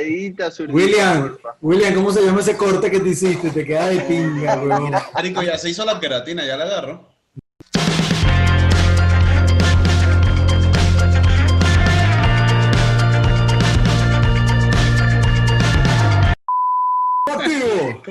Edita, surtida, William, porfa. William, ¿cómo se llama ese corte que te hiciste? Te queda de pinga, weón. Marico, ya se hizo la queratina, ya la agarro. ¡Activo!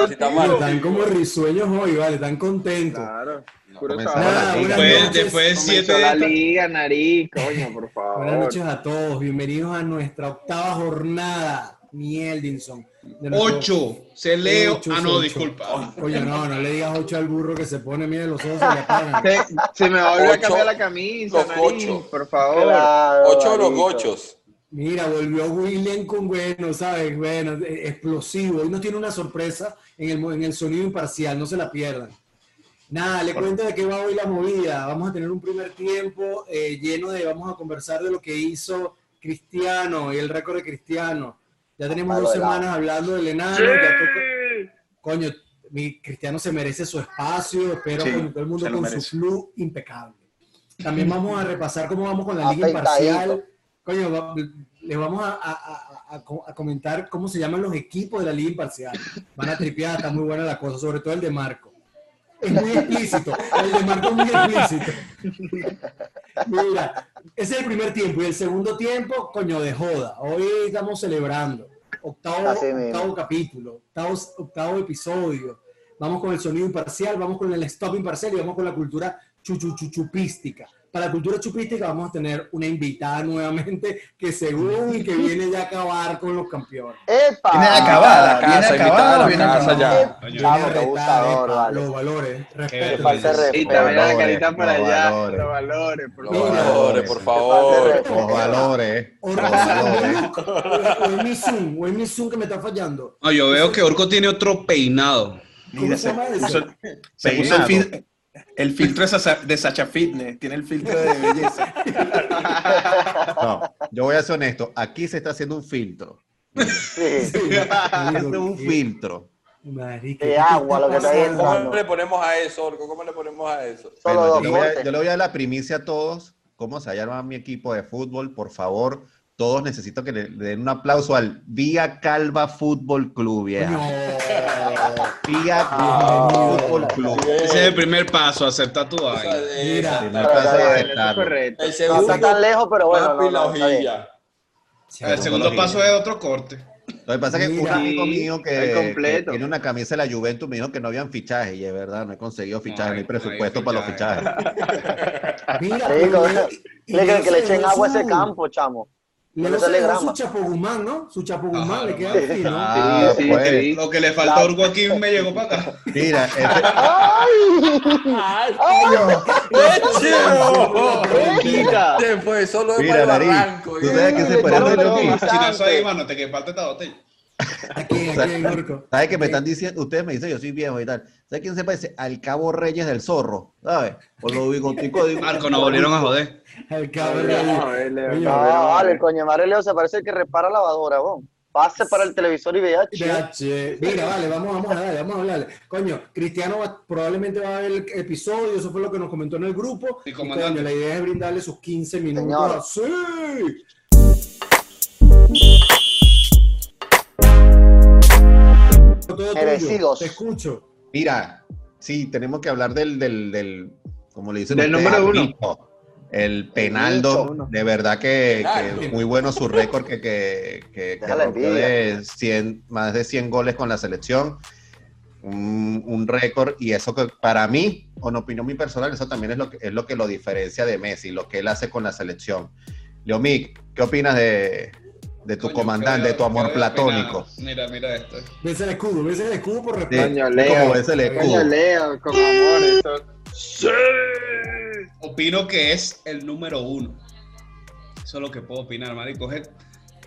Necesitamos Están como risueños hoy, vale, están contentos. Claro. Puro comenzaba sabor. la liga. Después, noches, después de siete Comenzó de la esta- liga, nariz, coño, por Buenas favor. noches a todos, bienvenidos a nuestra octava jornada, Mieldinson. de nuestro- Ocho, se leo. Ocho, ah, no, ocho. disculpa. Oye, no, no le digas ocho al burro que se pone, mire, los ojos se le apagan. Se, se me va a volver a Ocho. cambiar la camisa, Los nariz, ocho. por favor. Ocho Marico. los gochos. Mira, volvió William con bueno, ¿sabes? Bueno, eh, explosivo. Hoy nos tiene una sorpresa en el, mo- en el sonido imparcial, no se la pierdan. Nada, le cuento de qué va hoy la movida. Vamos a tener un primer tiempo eh, lleno de, vamos a conversar de lo que hizo Cristiano y el récord de Cristiano. Ya tenemos Palo dos de lado. semanas hablando del enano. ya toca- Coño, mi Cristiano se merece su espacio, espero Sí, que todo el mundo se lo con merece. su flu impecable. También vamos a repasar cómo vamos con la liga Afeitadito. imparcial. Coño, va- les vamos a, a- a- a co- a comentar cómo se llaman los equipos de la liga imparcial. Van a tripear, está muy buena la cosa, sobre todo el de Marco. Es muy explícito, el de Marco es muy explícito. Mira, ese es el primer tiempo y el segundo tiempo, coño, de joda. Hoy estamos celebrando. Octavo, Así mismo. octavo capítulo, octavo, octavo episodio. Vamos con el sonido imparcial, vamos con el stop imparcial y vamos con la cultura chuchuchuchupística. Para la cultura chupística vamos a tener una invitada nuevamente que según y que viene ya a acabar con los campeones. ¡Epa! Viene Ah, acabada, viene acabada, viene acabada. Epa, Oye, Vamos, que Viene a retar, abusador, epa, vale. Los valores, Qué respeto. Falta de Y respeto. también la Valores, carita para los allá. valores. Los valores, por Los Mira. favor. valores, por favor. Falta de Los valores, los Orco, ¿sabes, valores. Luke? O- o es mi Zoom, o es mi Zoom que me está fallando. No, yo veo que Orco tiene otro peinado. ¿Cómo se llama eso? Se puso el, Peinado. fil- el filtro de Sasha- de Sacha Fitness, tiene el filtro de belleza. No, yo voy a ser honesto. Aquí se está haciendo un filtro. Sí, Esto es un filtro. Marica, De ¿qué agua, está lo que está ahí pasando? ¿Cómo le ponemos a eso, Orco? ¿Cómo le ponemos a eso? Bueno, Solo dos yo, le voy a- cortes. yo le voy a dar la primicia a todos. ¿Cómo se llama mi equipo de fútbol? Por favor, todos necesito que le, le den un aplauso al Vía Calva Fútbol Club. vieja. Vía Calva Fútbol Club. Ese es el primer paso, aceptar tu O sea, vaina. eh, Mira. Si no Pero alcanzas a Bueno, ya, eso es aceptarlo. correcto. el No segundo, está tan lejos, pero bueno, papi, no, la no, está bien. hojilla. El segundo paso es otro corte. Lo que pasa es que un Mira. amigo mío Está que, incompleto. que tiene una camisa de la Juventus me dijo que no habían fichajes y es verdad, no he conseguido fichajes, no, No hay hay- presupuesto no hay para los fichajes. fichajes. Mira, Marico, y- eso- y Le que, que le ese echen agua a ese Zoom. campo, chamo. Le No se se le le da su grama. chapogumán, ¿no? Su chapogumán Ajá, le queda no. fino. Ah, Sí, sí, pues, sí. Lo que le falta a Orco aquí me llegó para acá. Mira, este- Quita. Se fue solo de Mira, para el Darín, barranco. tú ¿eh? sabes que se parece Colombia, a mí. Colombia. Chinazo ahí, mano, te que falta esta botella. Aquí, aquí en Orco. ¿Sabes que me están diciendo? Ustedes me dicen, yo soy viejo y tal. ¿Sabes quién se parece? Al Cabo Reyes del Zorro, ¿sabes? Por los bigoticos. de- Marco, nos volvieron a joder. El cabrón. Oye, No, Ah, vale, el coño madre Leo se parece el que repara lavadora, bon. Pase para el televisor y vea, Ya, che. Mira, vale, vamos, vamos a darle, vamos a hablarle. Coño, Cristiano va- probablemente va a ver el episodio, eso fue lo que nos comentó en el grupo. Sí, Y comandante. coño, la idea es brindarle sus 15 Señora. minutos. ¡Sí! Todo tuyo, Merecidos. Te escucho. Mira, sí, tenemos que hablar del, del, del como le dicen Del ustedes, número al uno. mito. El penaldo, de verdad que, Penaldo. que muy bueno su récord que, que, que, que Deja la rompió envidia. de 100, más de 100 goles con la selección. Un, un récord y eso que para mí, o en opinión muy personal, eso también es lo que es lo que lo diferencia de Messi, lo que él hace con la selección. Leomic, ¿qué opinas de, de tu Coño, comandante, qué de tu amor qué peinado. platónico? Mira, mira esto. Ves el escudo, ves el escudo por Sí, respeto. Coño, Leo. como ese le Coño, Leo, con amor. Eso. ¡Sí! Opino que es el número uno. Eso es lo que puedo opinar, marico. Es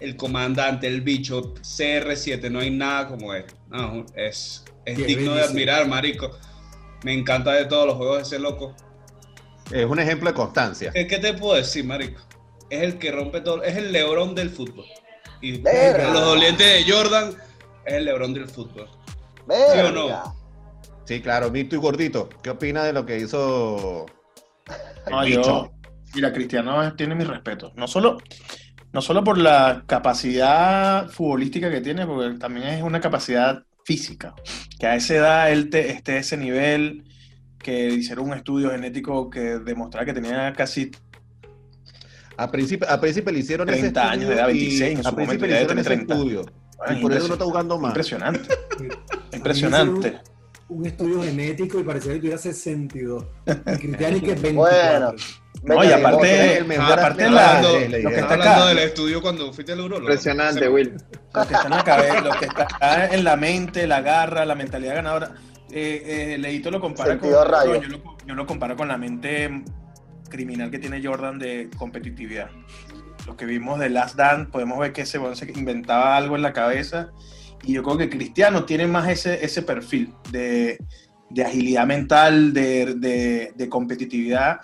el, el comandante, el bicho, CR7, no hay nada como él. No, es es Qué digno de bellísimo. admirar, marico. Me encanta de todos los juegos ese loco. Eh, Es un ejemplo de constancia. ¿Qué, qué te puedo decir, marico? Es el que rompe todo, es el lebrón del fútbol. Y Verga. para los dolientes de Jordan, es el lebrón del fútbol. vea. ¿Sí o no? Sí, claro, Mito y Gordito, ¿qué opina de lo que hizo el No, bicho? yo, mira, Cristiano tiene mi respeto. No solo No solo por la capacidad futbolística que tiene, porque también es una capacidad física. Que a esa edad él te- esté a ese nivel, que hicieron un estudio genético que demostraba que tenía casi A principio, a principio le hicieron 30 años de edad, y- 26 en su a principio momento, le ya debe hicieron ese tener 30. estudio. Ay, y por eso impresionante. no está jugando más. impresionante. A mí impresionante. Un estudio genético y parecía que tuviera 62. Y Cristiano y que 24. Bueno. No, y Venga, aparte, el mejor aparte atleta la- de- lo que de- está hablando acá, del estudio cuando fuiste al urólogo. Impresionante, Will. lo que está en la cabeza, lo que está en la mente, la garra, la mentalidad ganadora. Eh, eh, Leito lo compara Sentido con. rayo. yo, lo, yo lo comparo con la mente criminal que tiene Jordan de competitividad. Lo que vimos de Last Dance, podemos ver que ese weón se inventaba algo en la cabeza. Y yo creo que Cristiano tiene más ese, ese perfil de, de agilidad mental, de, de- de competitividad.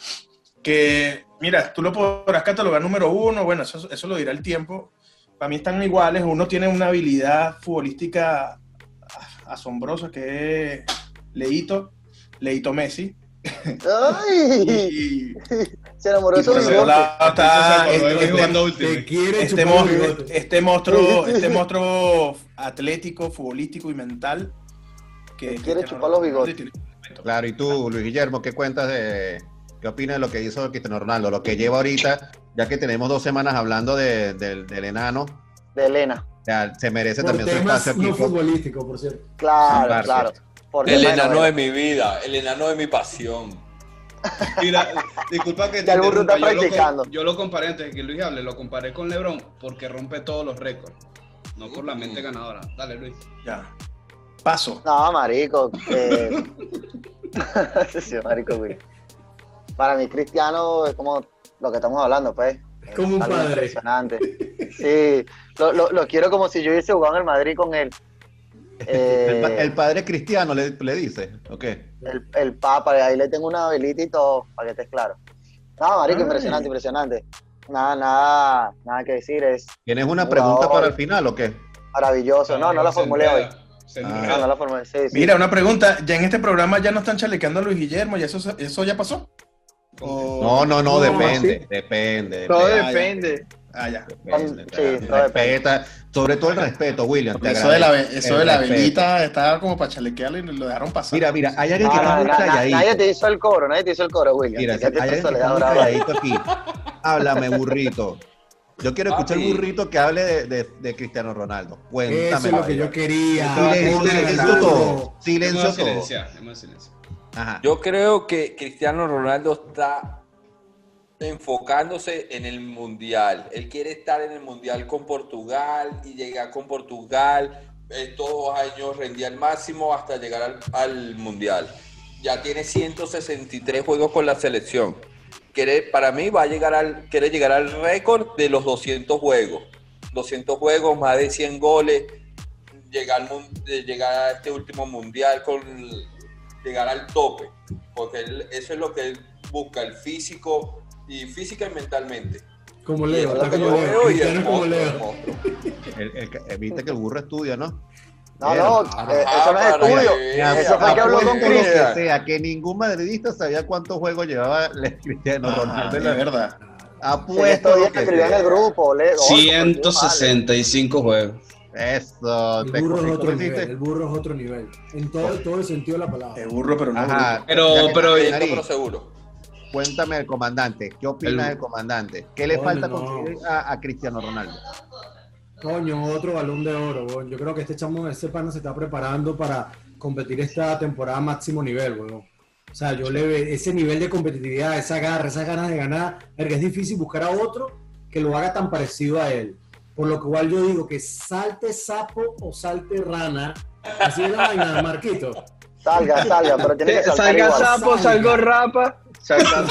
Que, mira, tú lo podrás catalogar número uno, bueno, eso, eso lo dirá el tiempo, para mí están iguales. Uno tiene una habilidad futbolística asombrosa que es Leito, Leito Messi. Ay, Y, se enamoró de su por otro bigote. lado Ah, está Entonces, cuando este, él jugando Te Ultimate. quiere este chupar el monstruo, bigote. este monstruo, este monstruo atlético, futbolístico y mental que Te quiere chupar los bigotes. Claro, y tú, Luis Guillermo, ¿qué cuentas de qué opinas de lo que hizo Cristiano Ronaldo? Lo que lleva ahorita, ya que tenemos dos semanas hablando de- del- del enano, o De Elena. sea, se merece Por también su espacio temas aquí. no futbolísticos, por cierto. Claro, Sin claro. Por El tema de enano novela. de mi vida, el enano de mi pasión. Mira, eh, disculpa que te Ya el burro interrumpa, está yo lo com- practicando. Yo lo, comparé antes de que Luis hable, lo comparé con LeBron porque rompe todos los récords. No por la mente ganadora. Dale, Luis. Ya. Paso. No, marico. eh. sí, marico, güey. Para mí, Cristiano es como lo que estamos hablando, pues. Es como un Algo padre. Impresionante. Sí, lo, lo- lo quiero como si yo hubiese jugado en el Madrid con él. El, pa- Eh, el padre cristiano le, le dice, ok. el, el Papa, ahí le tengo una velita y todo, para que estés claro. No, marico, impresionante, impresionante. Nada, nada, nada que decir, es ¿Tienes una Wow. pregunta para el final o qué? maravilloso. No, no la Ah, Se formulé hoy. enreda, se Ah. No, enreda. no la formulé, sí, sí. Mira, una pregunta, ya en este programa ya no están chalecando a Luis Guillermo, ¿ya eso, eso ya pasó? O- No, no, No, no, depende, sí. depende. Todo depende, ya. depende. Ah, ya. depende, Sí, depende. todo depende. Respeta, sobre todo el respeto, William. te Eso de la, agradezco. eso El de la respeto. velita estaba como para chalequearlo y lo dejaron pasar. Mira, mira, hay alguien No, que está no, muy Ah, na- na- nadie calladito. te hizo el coro, nadie te hizo el coro, William. Mira, Ya si te hay alguien que pasó, le está da muy bravo. calladito aquí. Háblame, burrito. Yo quiero escuchar Papi. un burrito que hable de, de- de Cristiano Ronaldo. Cuéntame. Eso es lo que yo quería. Silencio, Ponle silencio el todo. Vamos a Silencio todo. silenciar, vamos a silenciar. Ajá. Yo creo que Cristiano Ronaldo está enfocándose en el mundial. Él quiere estar en el mundial con Portugal y llegar con Portugal. eh, todos los años rendía al máximo hasta llegar al, al mundial. Ya tiene 163 juegos con la selección. Quiere, para mí va a llegar al, quiere llegar al récord de los 200 juegos. 200 juegos, más de 100 goles. Llegar, al mun- de llegar a este último mundial con llegar al tope, porque él- eso es lo que él busca, el físico y física y mentalmente. Como Y Leo, es está lo que como yo Leo. veo y Cristiano el es como monstruo, el Leo. monstruo. El- el que- viste que el burro estudia, ¿no? No, no, Claro. eh, eso no es Ah, para estudio. que Eso fue veas. que habló con Apuesto lo Chris. que sea, que ningún madridista sabía cuántos juegos llevaba el Cristiano Ah, Ronaldo. de verdad. Sí, estos Apuesto días lo que que escribió en sea. el grupo, le- pues, Orco, tío, 165 juegos. Eso. El te burro es corrijo, otro ¿viste? nivel. El burro es otro nivel. En todo, todo el sentido de la palabra. Es burro, pero no es Ajá. bruto. Pero- Ya que pero- eh, estás Lento, ahí, pero seguro. Cuéntame del comandante. ¿Qué opinas El- del comandante? ¿Qué le Coño, falta no. conseguir a, a Cristiano Ronaldo? Coño, otro balón de oro. weón. Yo creo que este chamo, ese pana se está preparando para competir esta temporada a máximo nivel, weón. O sea, yo le ve ese nivel de competitividad, esa garra, esas ganas de ganar, verga, es difícil buscar a otro que lo haga tan parecido a él. Por lo cual yo digo que salte sapo o salte rana. Así es la vaina, Marquito. Salga, salga, pero tiene que saltar Eh, Salga igual. sapo, salgo rapa. Salga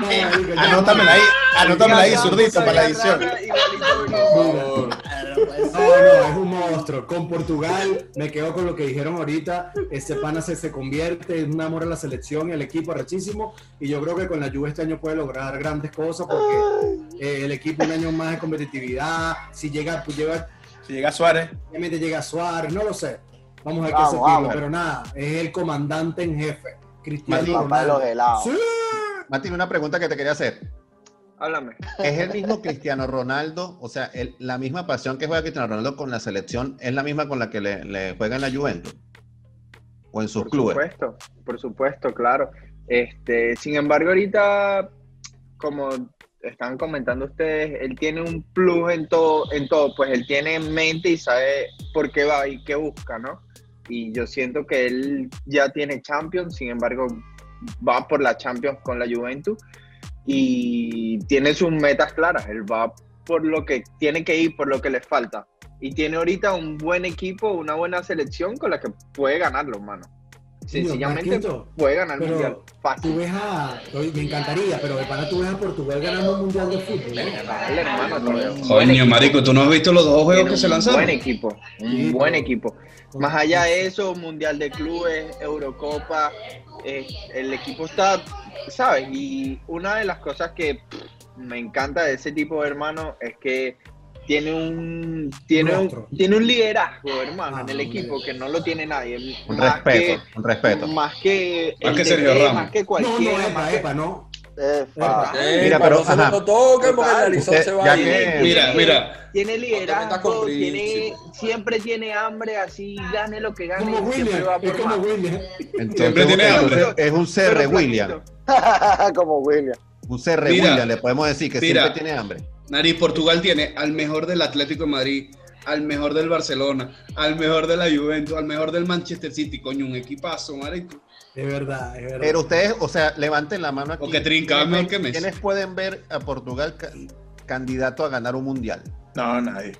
No, marico, ya, Anótamela ahí, anótamela ahí, Salga zurdito, para la edición. rapa, igualito que no. No, no, es un monstruo. Con Portugal me quedo con lo que dijeron ahorita. Este pana se, se convierte en un amor a la selección y al equipo rechísimo. Y yo creo que con la Juve este año puede lograr grandes cosas porque eh, el equipo un año más de competitividad. Si llega, pues llega, Si llega Suárez, obviamente llega Suárez, no lo sé. Vamos a ver Vamos, qué se vamos. firma. Pero nada, es el comandante en jefe. Cristiano El papá de los Ronaldo. helados. Sí. Martín, una pregunta que te quería hacer. háblame. Es el mismo Cristiano Ronaldo, o sea, el- la misma pasión que juega Cristiano Ronaldo con la selección es la misma con la que le, le juega en la Juventus o en sus Por clubes. supuesto, por supuesto, claro. Este, sin embargo, ahorita, como están comentando ustedes, él tiene un plus en todo, en todo, pues él tiene en mente y sabe por qué va y qué busca, ¿no? Y yo siento que él ya tiene Champions, sin embargo, va por la Champions con la Juventus y tiene sus metas claras, él va por lo que tiene que ir, por lo que le falta. Y tiene ahorita un buen equipo, una buena selección con la que puede ganarlo, mano. Sencillamente Marquito, puede ganar el pero mundial. Tú Fácil. ves a. oye, Me encantaría, pero de pana tú ves a Portugal ganando un mundial de fútbol. Verga, dale, hermano, no veo. Coño, marico, ¿tú no has visto los dos Tiene juegos que se un lanzaron? Buen equipo, un Sí, buen pero- equipo. Más allá de eso, Mundial de Clubes, Eurocopa, eh, el equipo está, ¿sabes? Y una de las cosas que pff, me encanta de ese tipo de hermano es que tiene un tiene un, Rostro. tiene un liderazgo, hermano, Ah, en el un equipo que no lo tiene nadie. Un Más respeto, un Ah, que- respeto. Más que, Más el que DT, Sergio Ramos. Más que No, no, cualquiera. más epa, que- epa, no. Epa. Mira, pero pero, no se ajá. lo toquen porque el Total, narizón usted- se va ya a ir. que- Mira, mira. Tiene metas liderazgo, con tiene, príncipe. siempre tiene hambre, así gane lo que gane. Como siempre va William, es por como más. William. Entonces, Siempre tiene entonces hambre. es un Pero CR William, flaquito. Eh, Como William. un CR Mira, William, le podemos decir que mira. siempre tiene hambre. Nariz, Portugal tiene al mejor del Atlético de Madrid, al mejor del Barcelona, al mejor de la Juventus, al mejor del Manchester City, coño, un equipazo, marico. Es verdad, es verdad. Pero ustedes, o sea, levanten la mano aquí. O que trinca, mejor que Messi. ¿Quiénes pueden ver a Portugal ca- candidato a ganar un mundial? No, nadie.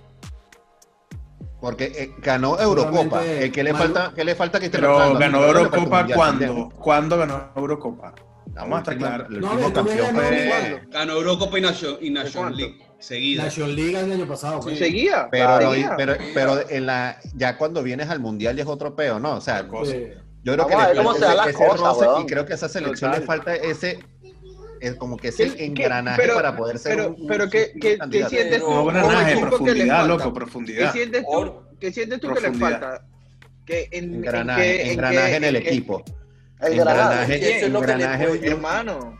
Porque eh, ganó Eurocopa. Solamente El que le Manu- falta, que le falta que Pero ganó Eurocopa cuando. ¿Cuándo ganó Eurocopa? Vamos a estar claros. El No, último no, campeón no, no, fue. no, Ganó Eurocopa y Nation, y Nation cuánto? League, seguida. National League el año pasado. pues. güey. Seguía. Pero, seguía. lo- pero, pero en la, ya cuando vienes al mundial ya es otro peo, ¿no? O sea, Otra cosa. Sí. yo creo que Vamos a ver le falta cómo se dan las ese cosas, roce y weón. creo que a esa selección Total. le falta ese, es como que ese ¿Qué- qué- engranaje pero- para poder ser pero- un- un- pero qué- un qué- qué candidato. sientes tú? No, Un granaje, equipo que profundidad, le falta. loco, ¿Qué profundidad. sientes tú, Por- ¿Qué sientes tú que le Profundidad. falta? Que en, en qué- engranaje, engranaje qué- en el qué- equipo. El Engranaje, granado. Y eso es lo que le engranaje, puede- yo- Hermano.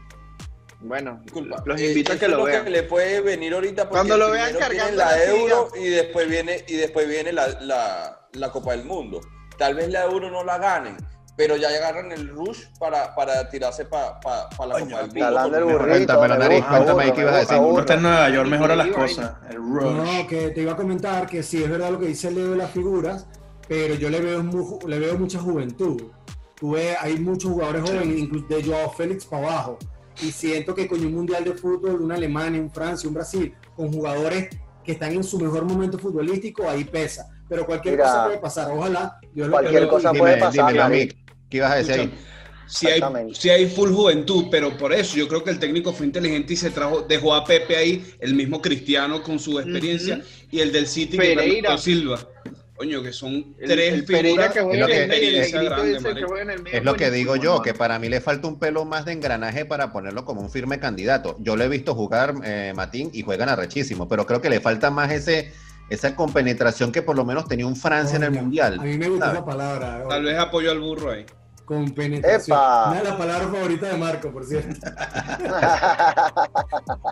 Bueno, Disculpa, los eh, invito a eso que es lo que vean. le puede venir ahorita porque Cuando lo vean primero viene cargando la la euro y después viene y después viene la, la- la Copa del Mundo. Tal vez la euro no la ganen, pero ya agarran el rush para, para tirarse para la Coño, Copa del Mundo. Talando el porque- burrito. Cuéntame, me Nariz, gusta, cuéntame ahí burro, qué ibas a me decir. gusta, Uno burro. está en Este Nueva York, mejora las Ahí va, ahí va. cosas. El rush. No, que te iba a comentar que sí es verdad lo que dice Leo de las figuras, pero yo le veo, mu- le veo mucha juventud. Tú ves, hay muchos jugadores jóvenes, incluso de Joao Félix para abajo. Y siento que con un mundial de fútbol, una Alemania, un Francia, un Brasil, con jugadores que están en su mejor momento futbolístico, ahí pesa. Pero cualquier Mira, cosa puede pasar. Ojalá Dios lo cualquier permita. cosa Dime, puede pasar, dímelo, Nariz. Mick, ¿Qué ibas a decir ahí? Si hay, Exactamente. sí hay full juventud, pero por eso yo creo que el técnico fue inteligente y se trajo, dejó a Pepe ahí, el mismo Cristiano con su experiencia, y el del City que fue Pereira. Marco Silva. Coño, que son El- tres el Pereira figuras que juega es lo en el que- medio, el experiencia negrito grande, ese que marico. juega en el medio, Es lo que buenísimo, digo yo, hermano. que para mí le falta un pelo más de engranaje para ponerlo como un firme candidato. Yo lo he visto jugar, eh, Matín, y juegan arrechísimo, pero creo que le falta más ese, esa compenetración que por lo menos tenía un Francia en el Coño, A Mundial. mí me gusta ¿Sabes? la palabra. Tal vez apoyo al burro ahí. Con penetración. ¡Epa! Una de las palabras favoritas de Marco, por cierto.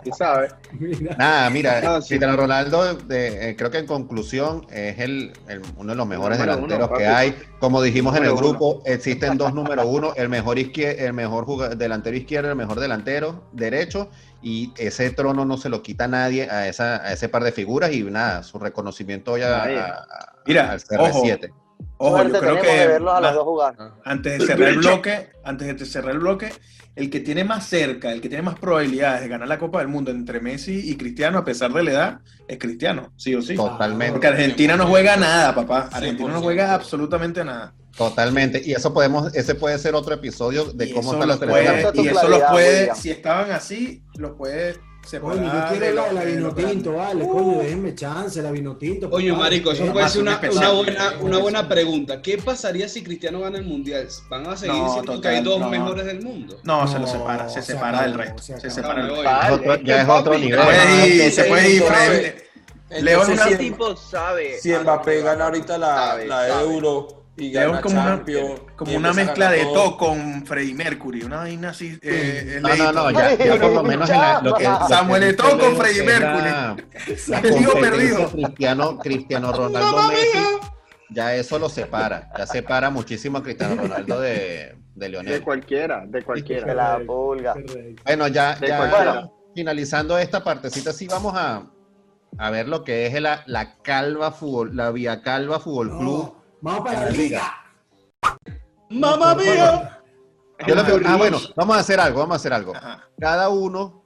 Tú sabes. Mira. Nada, mira, No, sí. Cristiano Ronaldo, de- eh, creo que en conclusión es el, el- uno de los mejores Número uno, delanteros que papi. hay. Como dijimos en el Número grupo, existen dos número uno, el mejor izquier- el mejor juga- delantero izquierdo, el mejor delantero derecho, y ese trono no se lo quita nadie a, esa, a ese par de figuras y nada, su reconocimiento ya Nadie. a, a- Mira, al CR7. Ojo, yo Suerte creo tenemos que de verlos a los más- dos jugar. Ah, antes Pues de cerrar el bloque, antes de cerrar el bloque, el que tiene más cerca, el que tiene más probabilidades de ganar la Copa del Mundo entre Messi y Cristiano, a pesar de la edad, es Cristiano, sí o sí. Totalmente. Porque Argentina no juega nada, papá. Argentina no 100%. juega absolutamente nada. Totalmente. Y eso podemos, ese puede ser otro episodio de Y cómo eso está la los puede, selección. Muestra tu Y eso los claridad, puede, William. si estaban así, los puede separar. Coño, yo de quiero los- la, la de los Vinotinto, vale, coño, déjenme chance, la Vinotinto. Eh, Coño, compadre. marico, eso es puede más ser un una, especial. una buena, una buena pregunta. ¿Qué pasaría si Cristiano gana el Mundial? ¿Van a seguir No, diciendo que total, hay dos no. mejores del mundo? No, se lo No, separa, se, se separa acabó, del resto. se Se, acabó. separa Ah, me del voy. resto. Es otro- ya es otro nivel. Se puede ir- entonces, se puede ir entonces, frente. Leo es Entonces, una- si Tipo sabe. Si a lo Mbappé que va. gana ahorita la, Sabe, la sabe. Euro y y Leo es gana como una- Champions. y Como una empieza a mezcla ganar de todo. todo con Freddie Mercury, una vaina así. eh, No, no, no, ya, ya por lo menos en la- lo que, lo que Samuel dice Eto'o con Leo Freddie es Mercury. la- la Perdido, competencia perdido. Cristiano, Cristiano Ronaldo Messi, ya eso lo separa, ya separa muchísimo a Cristiano Ronaldo de, de De Lionel. cualquiera, de De cualquiera. la pulga. Correcto. Bueno, ya, De ya cualquiera. finalizando esta partecita, sí vamos a, a ver lo que es la, la Calva Fútbol, la Vía Calva Fútbol Club. No, vamos para la liga. ¡Mamá mía! Yo lo que- ah, bueno, vamos a hacer algo, vamos a hacer algo. Ajá. Cada uno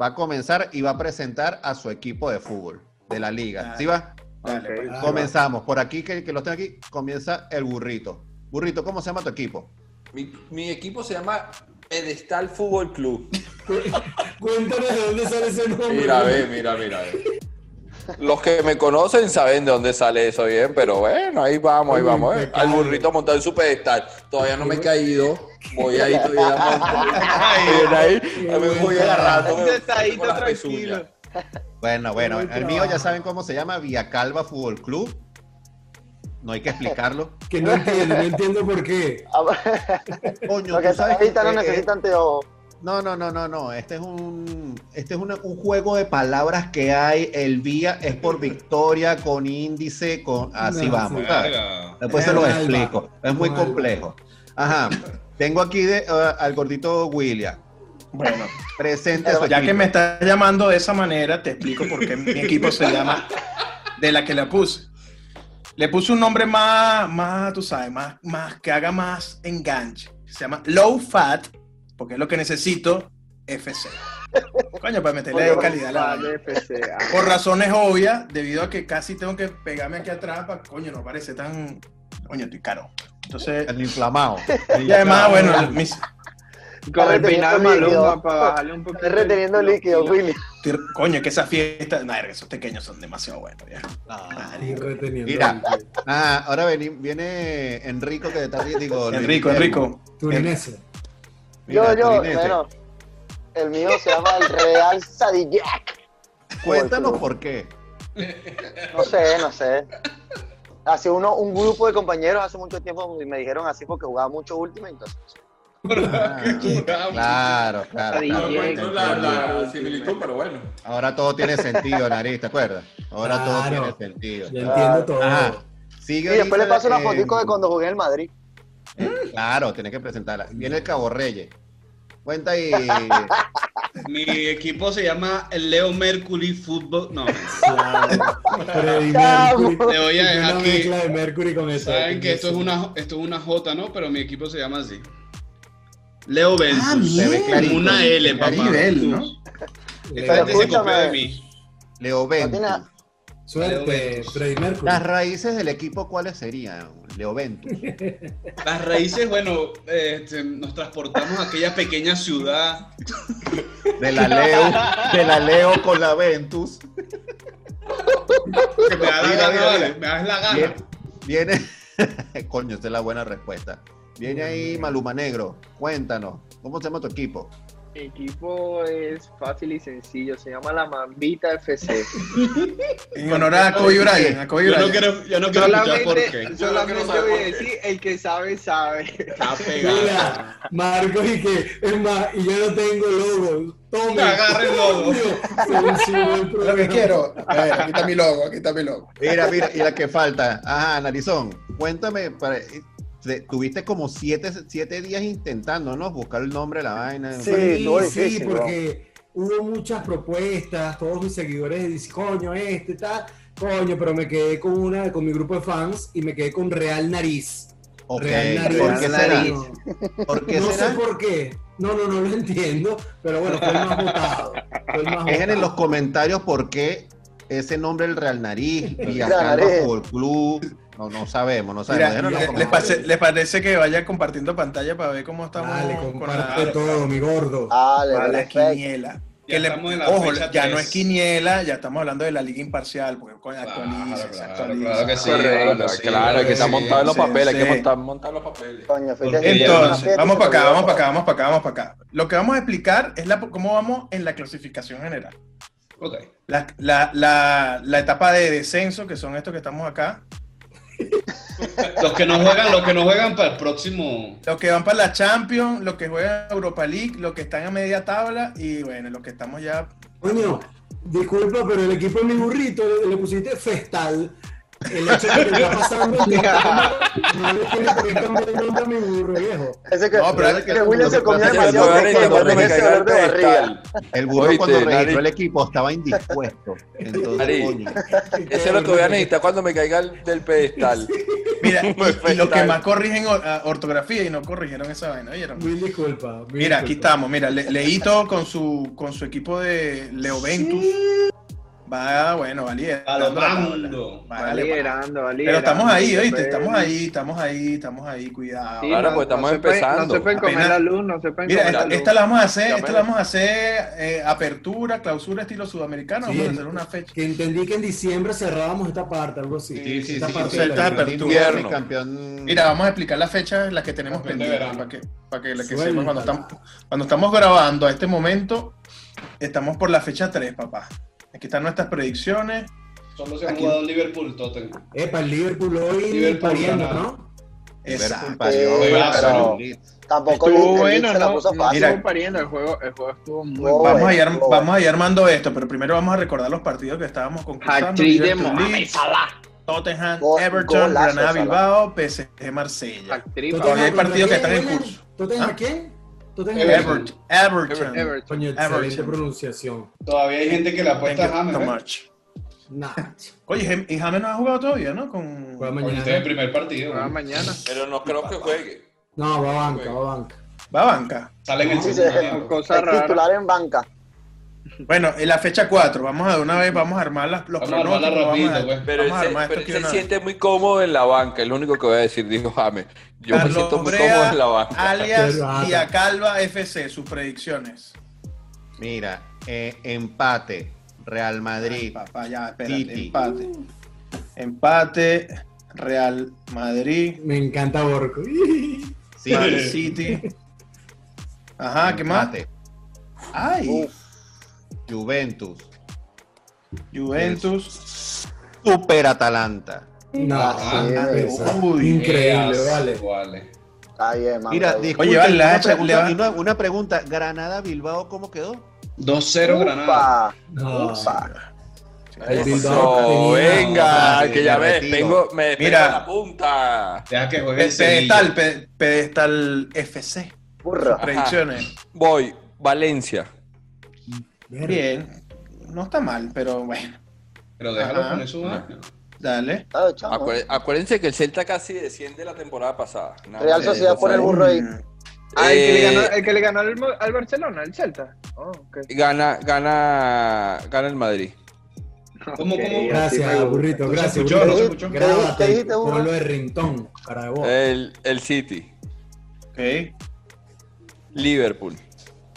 va a comenzar y va a presentar a su equipo de fútbol de la liga. Ah. ¿Sí va? Dale, Ok. pues. Ah, Comenzamos. Por aquí, que, que los tengo aquí, comienza el burrito. Burrito, ¿cómo se llama tu equipo? Mi, mi equipo se llama Pedestal Fútbol Club. Cuéntanos de dónde sale ese nombre. Mira, ve, mira, mira. ve. Los que me conocen saben de dónde sale eso bien, pero bueno, ahí vamos, ahí Uy, vamos. me eh. Al cae. burrito montado en su pedestal. Todavía no me he caído. Voy ahí todavía. montado. Ahí, ahí, me voy agarrando. me- Sentadito, con las tranquilo. pezuñas. Bueno, bueno, buen el mío ya saben cómo se llama, Vía Calva Fútbol Club. No hay que explicarlo. Que no entiendo, no entiendo por qué. Coño, Lo Ah, que tú sabes que- ahorita no eh, eh, necesitan anteojos. No, no, no, no, no. Este es un, este es una- un juego de palabras que hay. El vía es por victoria, con índice, con así No, vamos. sí. ¿sabes? Verga. Después se lo Con alba. explico. Es muy Con alba. complejo. Ajá. Tengo aquí de- eh, al gordito William. Bueno, Presente. a su ya que equipo. me estás llamando de esa manera, te explico por qué mi equipo se llama de la que le puse. Le puse un nombre más, más, tú sabes, más, más que haga más enganche. Se llama Low Fat, porque es lo que necesito, FC. Coño, para meterle ahí calidad a la vaina. Vale, FC, ah. Por razones obvias, debido a que casi tengo que pegarme aquí atrás para, coño, no parece tan. Coño, estoy caro. Entonces, El inflamado. y además, bueno, mis- Ah, Con el peinado de Reteniendo líquido. Maluma para bajarle un poquito. Estoy reteniendo los líquido, kilos. Willy. tir- coño, que esa fiesta. No, esos pequeños son demasiado buenos. ya. Ah. Y reteniendo. Mira. Ah, ahora veni- viene Enrico que está digo Enrico, Luis Enrico. Turinese. Mira, Yo, yo, Turinese, bueno. El mío se llama el Real Sadillac. Cuéntanos por qué. No sé, no sé. Hace uno, un grupo de compañeros hace mucho tiempo me dijeron así porque jugaba mucho última, entonces. Ah, claro, claro. Ahí claro, No llega. entendido. encuentro la, la similitud, pero bueno. Ahora todo tiene sentido, Nariz, ¿te acuerdas? Ahora todo tiene Claro. sentido. Yo entiendo todo. Ajá. Sigue Y después le ahorita, paso una eh, fotico de cuando jugué en el Madrid. Claro, tienes que presentarla. Viene el Cabo Reyes. Cuenta ahí. Mi equipo se llama el Leo Mercury Fútbol. No, Claro. Freddie Chamo. Mercury. te voy a Una dejar aquí. mezcla de Mercury con eso. Saben que esto es una esto es una J, ¿no? Pero mi equipo se llama así. Leo Ah, Ventus. Se ve clarito. Como una L, papá. Qué nivel, ¿no? Esta gente se escúchame. copió de mí. Leo Ventus. tiene- Suerte, Freddie Mercury. Las raíces del equipo, ¿cuáles serían? Leo Ventus. Las raíces, bueno, este, nos transportamos a aquella pequeña ciudad. De la Leo, de la Leo con la Ventus. Que me da la Mira, gana, mira, vale, mira. Me das la Viene, gana. viene- coño, esta es la buena respuesta. Viene ahí Maluma Negro. Cuéntanos, ¿cómo se llama tu equipo? Mi equipo es fácil y sencillo, se llama la Mambita FC. En honor a Kobe Bryant. A Kobe Yo no Bryant. quiero, yo no quiero escuchar por qué. solamente, Yo solamente creo que no voy sabe por a qué. decir, el que sabe, sabe. Está pegado. Mira, Marcos, y que es más, y yo no tengo logo. Tome. Agarra el logo. Lo que quiero. A ver, aquí está mi logo, aquí está mi logo. Mira, mira, y la que falta. Ajá, Narizón, cuéntame. para- te- tuviste como siete, siete días intentando, ¿no? Buscar el nombre de la vaina. Sí, Sí, estuvo sí, difícil, porque hubo muchas propuestas, todos mis seguidores dicen, coño, este, tal, coño, pero me quedé con una, con mi grupo de fans y me quedé con Real Nariz. Ok, Real Nariz. ¿por qué Real será? Nariz. ¿Por qué No sé será? por qué. No, no, no lo entiendo, pero bueno, fue el más votado. Fue el más Dejen en los votado. comentarios por qué ese nombre, el Real Nariz, Real Villacalva Nariz. Fútbol Club. No, no sabemos, no sabemos. Mira, Déjenlo en los le- ¿les, comentarios. parece, les parece que vaya compartiendo pantalla para ver cómo estamos Dale, con comparte la, todo, mi gordo. Dale, con la perfecto. quiniela? Ya Que le- estamos en la ojo, fecha ya tres. no es quiniela, ya estamos hablando de la liga imparcial, porque con actualiza, Claro, se claro, actualiza. claro que sí. Correcto, bueno, Claro, sí, claro, hay que está sí, montado en los sí, papeles, hay que sí. montar, montar los papeles. Coño, fuiste Porque a una Entonces, fiesta y vamos se para te acá, olvidó. vamos para acá, vamos para acá, vamos para acá. Lo que vamos a explicar es la, cómo vamos en la clasificación general. Ok. La, la- la- la etapa de descenso, que son estos que estamos acá, Los que no juegan, los que no juegan para el próximo. Los que van para la Champions, los que juegan Europa League, los que están a media tabla y bueno, los que estamos ya. Coño, disculpa, pero el equipo de mi burrito le, le pusiste festal. El hecho de que te está pasando que está tomando, no le tiene por qué cambiar el nombre a mi burro viejo. Ese que, No, pero es ese que que William se comió Ya, demasiado ya, pequeño cuando con me ese caiga el dolor de barriga. El burro Oíste, cuando registró Nari. el equipo estaba indispuesto. Entonces, Nari. coño. Ese es lo que voy a necesitar cuando me caiga el- del pedestal. Mira, y, y los que Festal. más corrigen or- ah, ortografía y no corrigieron esa vaina, ¿oyeron? Mil disculpas. mil Mira, aquí disculpas. estamos. Mira, Le- Leito con su, con su equipo de Leoventus. Va, bueno, va A liderando lo la tabla. mando. Va Va liderando. liderando, va Pero liderando. estamos ahí, No se ¿oíste? pueden- Estamos ahí, estamos ahí, estamos ahí, cuidado. Sí, Claro, pues estamos se pueden- empezando. no se pueden comer Apenas- la luz, no se pueden Mira, comer esta, la luz. esta la vamos a hacer, Ya esta me- la vamos a hacer eh, apertura, clausura estilo sudamericano, Sí, vamos a hacer una fecha. Que entendí que en diciembre cerrábamos esta parte, algo así. Sí, sí, Esta sí, parte sí, de está la- aperta. Argentina, Invierno. campeón. Mira, vamos a explicar las fechas en las que tenemos Campeón de pendientes verano. para que, para que, la que Suelta. sepan cuando estamos, cuando estamos grabando a este momento, estamos por la fecha 3, papá. Aquí están nuestras predicciones. Solo se han Aquí. jugado Liverpool Tottenham. Epa, el Liverpool hoy Liverpool pariendo, ganado. ¿no? Liverpool Exacto. parió, Sí, pero- Tampoco el, Estuvo el bueno, se la ¿no? puso No fácil. Mira. estuvo pariendo, el juego, el juego estuvo muy Oh, bueno. Vamos a, ir, bueno. vamos a ir armando esto, pero primero vamos a recordar los partidos que estábamos concursando. Hat-trick de Liverpool Mohamed Leeds, Salah. Tottenham, Go- Everton, golazo, Granada, Salah. Bilbao, PSG, Marsella. Hat-trick, Tottenham. Todavía hay ¿contra partidos que quién, están en William? curso. ¿Tottenham ¿Ah? a quién? ¿Tottenham a quién? Everton. Everton, Everton. Everton. Everton. Coño, excelente Everton. pronunciación. Todavía hay gente que le apuesta a Thank you so James. ¿eh? much. Nah. Oye, Jam- y James no ha jugado todavía, ¿no? Con... Juega Ahorita mañana. es el primer partido. Juega ¿no? mañana. Pero no creo que juegue. No, va a banca, va a banca. Va a banca. Sale en el Sí, segundo sí. tiempo. Cosa Es rara. titular en banca. Bueno, en la fecha 4, vamos a de una vez, vamos a armar las, los Vamos a armarla pronósticos, vamos rapidito, pues. Pero él vamos a se, armar esto pero él aquí se una vez. siente muy cómodo en la banca, es lo único que voy a decir, dijo James. Yo me Carlos siento muy Brea, cómodo en la banca. Alias Qué rata. y Calva FC, sus predicciones. Mira, eh, empate. Real Ay, Madrid. papá, ya, espérate, Titi. empate. Empate, Real Madrid, Me encanta Borco. Sí, Man City. Ajá, Ah, ¿qué más? empate. Ay, Juventus. Juventus. Super Atalanta. No, Ah, no, sí. esa. Uy. increíble, Eh, vale. vale. Está bien, eh, mano. Mira, está bien. disculpen, Oye, vale, la una, hacha, pregunta, le va- una, una pregunta. Granada Bilbao, ¿cómo quedó? 2-0 Granada. Upa, No. upa. El Eso, Bilbao tenía- venga, que ya Me ves, retiro. tengo, me despego Mira. a la punta. Deja que juegue el Sevilla. Pedestal, pe- pedestal FC. Burro. Predicciones. Voy, Valencia. Bien. No está mal, pero bueno. Pero déjalo Ajá. con eso. ¿no? Dale. Ah, chamo. Acué- acuérdense que el Celta casi desciende la temporada pasada. Nada Real más Eh, Sociedad les digo, por el Eh, ¿sabes? burro ahí. Ah, el que le Eh, ganó, el que le ganó al, Mo- al Barcelona, el Celta. Oh, ok. Gana, gana, gana el Madrid. ¿Cómo, Ok, cómo? así me Gracias, gusta. burrito, No se gracias. escuchó, burrito. no se escuchó. ¿Qué dijiste, qué Grábate, dijiste, burro? ponlo de rintón para vos. El, el City, Ok. Liverpool.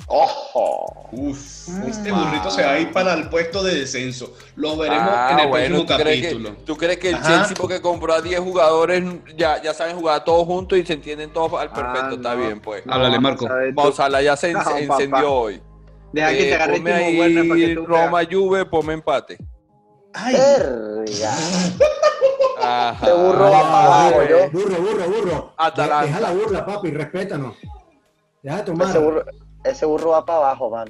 Ojo. Uf, este burrito se va a ir para el puesto de descenso. Los veremos Ah, en el bueno, próximo ¿tú crees, que, capítulo. tú crees que el Ajá. Chelsea, porque compró a 10 jugadores, ya, ya saben jugar todos juntos y se entienden todos al perfecto? Ah, Está no. bien, pues. No, Háblale, Marco. sabes tú. Mo Salah ya se en- No, se papá. encendió hoy. Deja que Eh, te agarre el ponme Timo ahí Werner para que tú Roma, veas. Juve, ponme empate. Ay, Eh. Verga. Ajá. Te burro va para abajo, yo. Burro, burro, burro. Atalanta. Deja la burla, papi, respétanos. Deja de Ese tomar. burro, ese burro va para abajo, man.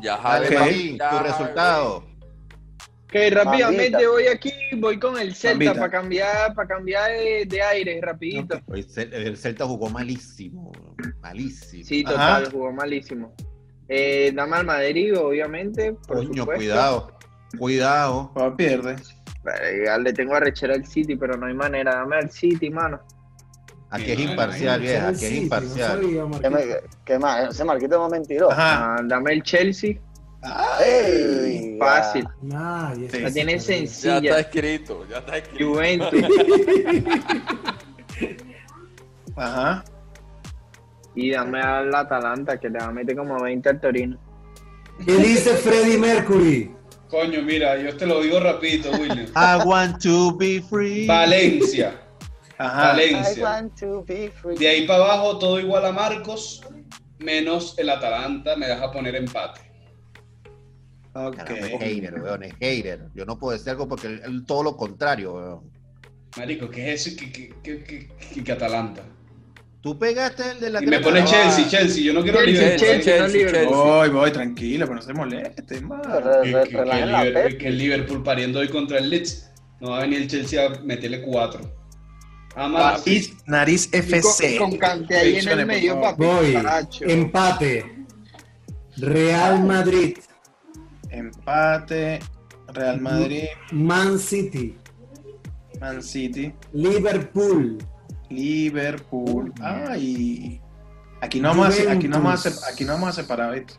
Ya Dale, sabes, papi, ya tu sabes. resultado. Ok, rápidamente Mambita. voy aquí, voy con el Celta Mambita. para cambiar, para cambiar de, de aire, rapidito. El, Cel- el Celta jugó malísimo. Malísimo. Sí, total, Ajá. jugó malísimo. Eh, dama al Madrid, obviamente. Por Coño, supuesto. cuidado. Cuidado. papá pierde. Verga, Eh, Le tengo arrechera al City, pero no hay manera. Dame al City, mano. Aquí Sí, es no, imparcial, Ay, vieja. el Aquí es City, imparcial. no sabía, ¿Qué, Marquito. me- qué más? Ese marquito más mentiroso. Ajá. Ah, dame el Chelsea. Ey, Fácil. Nadie. Sí. La tienen Ya está sencilla. escrito, ya está escrito. Juventus. Ajá. y dame al Atalanta, que le va a meter como 20 al Torino. ¿Qué dice Freddie Mercury? Coño, mira, yo te lo digo rapidito, William. I want to be free. Valencia, Ajá. I Valencia. want to be free. De ahí para abajo todo igual a Marcos, menos el Atalanta, me deja poner empate. Ok. Caramba, es hater, weón, es hater. Yo no puedo decir algo porque él- él todo lo contrario, weón. Marico, ¿qué es eso? ¿Qué, qué, qué, qué- qué- qué Atalanta? Tú pegaste el de la Y me pone crema. Chelsea, Chelsea. Yo no quiero Chelsea, Liverpool. Chelsea, no Liverpool. Ah, Voy, voy, tranquilo, pero no se moleste, Pero- madre. Que, que- que Relajen la Liver- pep. que el Liverpool pariendo hoy contra el Leeds. No va a venir el Chelsea a meterle cuatro. Ah, Ama, Nariz, nariz FC. Con, con Kanté ahí en Ficciones, el por medio, favor. papi. Voy. Caracho. Empate. Real Madrid. Empate. Real Madrid, Man City. Man City, Liverpool. Liverpool. Ay. Aquí no vamos a, se- aquí no vamos a, se- aquí no vamos a separar esto.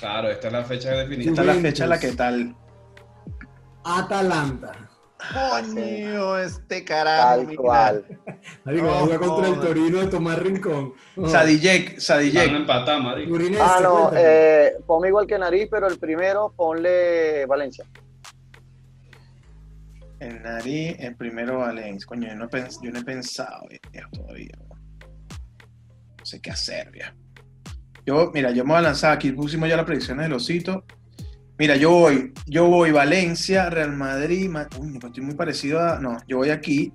claro, esta es la fecha definitiva. Esta es la fecha en la que tal. Atalanta. Coño, este carajo. Tal mira. cual. Marico, va a No, jugar contra el joder. Torino de Tomás Rincón. Sadijek, Van a Sadijek. empatar, marico. Udinese, Ah, no, cuéntame. eh, ponme igual que Nariz, pero el primero ponle Valencia. El nariz, el primero Valencia. Coño, yo no, he pens- yo no he pensado viejo, todavía. weón. No sé qué hacer, viejo. Yo, mira, yo me voy a lanzar. Aquí pusimos ya las predicciones del osito. Mira, yo voy, yo voy Valencia, Real Madrid. Ma- Uy, no, pues estoy muy parecido a. No, yo voy aquí,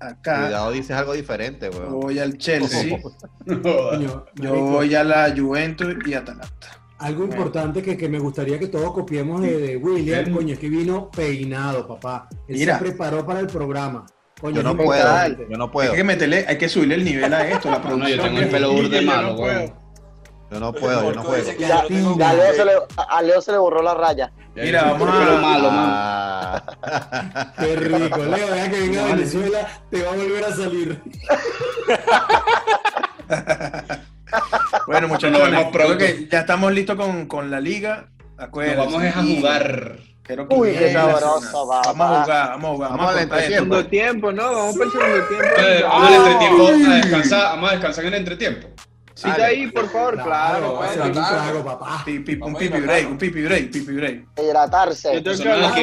acá. Cuidado, dices algo diferente, Yo weón. voy al Chelsea. Coño, Yo marico, voy a la Juventus y Atalanta. Algo importante que, que me gustaría que todos copiemos de, de William, Bien. coño, es que vino peinado, papá. Él Mira. se preparó para el programa. Coño, Yo no es puedo, importante. yo no Hay puedo, que meterle, hay que subirle el nivel a esto, la No, no, yo producción. tengo el pelo burde Yo no malo, puedo. weón. yo no puedo, yo no Porco dice puedo. que Ya, yo tengo ya A Google. Leo se le, a- a Leo se le borró la raya. Ya Mira, yo vamos tengo el pelo a- malo, mano. Ah. Qué rico, Leo, deja que venga Vale. Venezuela, te va a volver a salir. Bueno, muchachos, Nos vemos creo pronto. que ya estamos listos con, con la liga. Nos Acuérdense. vamos es a Y jugar. espero que Uy, qué lleguen. sabroso, papá. Vamos a jugar, vamos a jugar. Vamos al a cortar esto. entretiempo. Segundo tiempo, ¿no? Vamos para el segundo Eh, tiempo. Ah, vamos al entretiempo a descansar. Vamos a descansar en el entretiempo. Sí, está ahí, por favor, claro. se bueno. va un claro. trago, papá. Pi- pi- Un Vamos a pipi hidratar. break, un pipi break, pipi break. Hidratarse. Yo tengo Eso que no es hablar. aquí.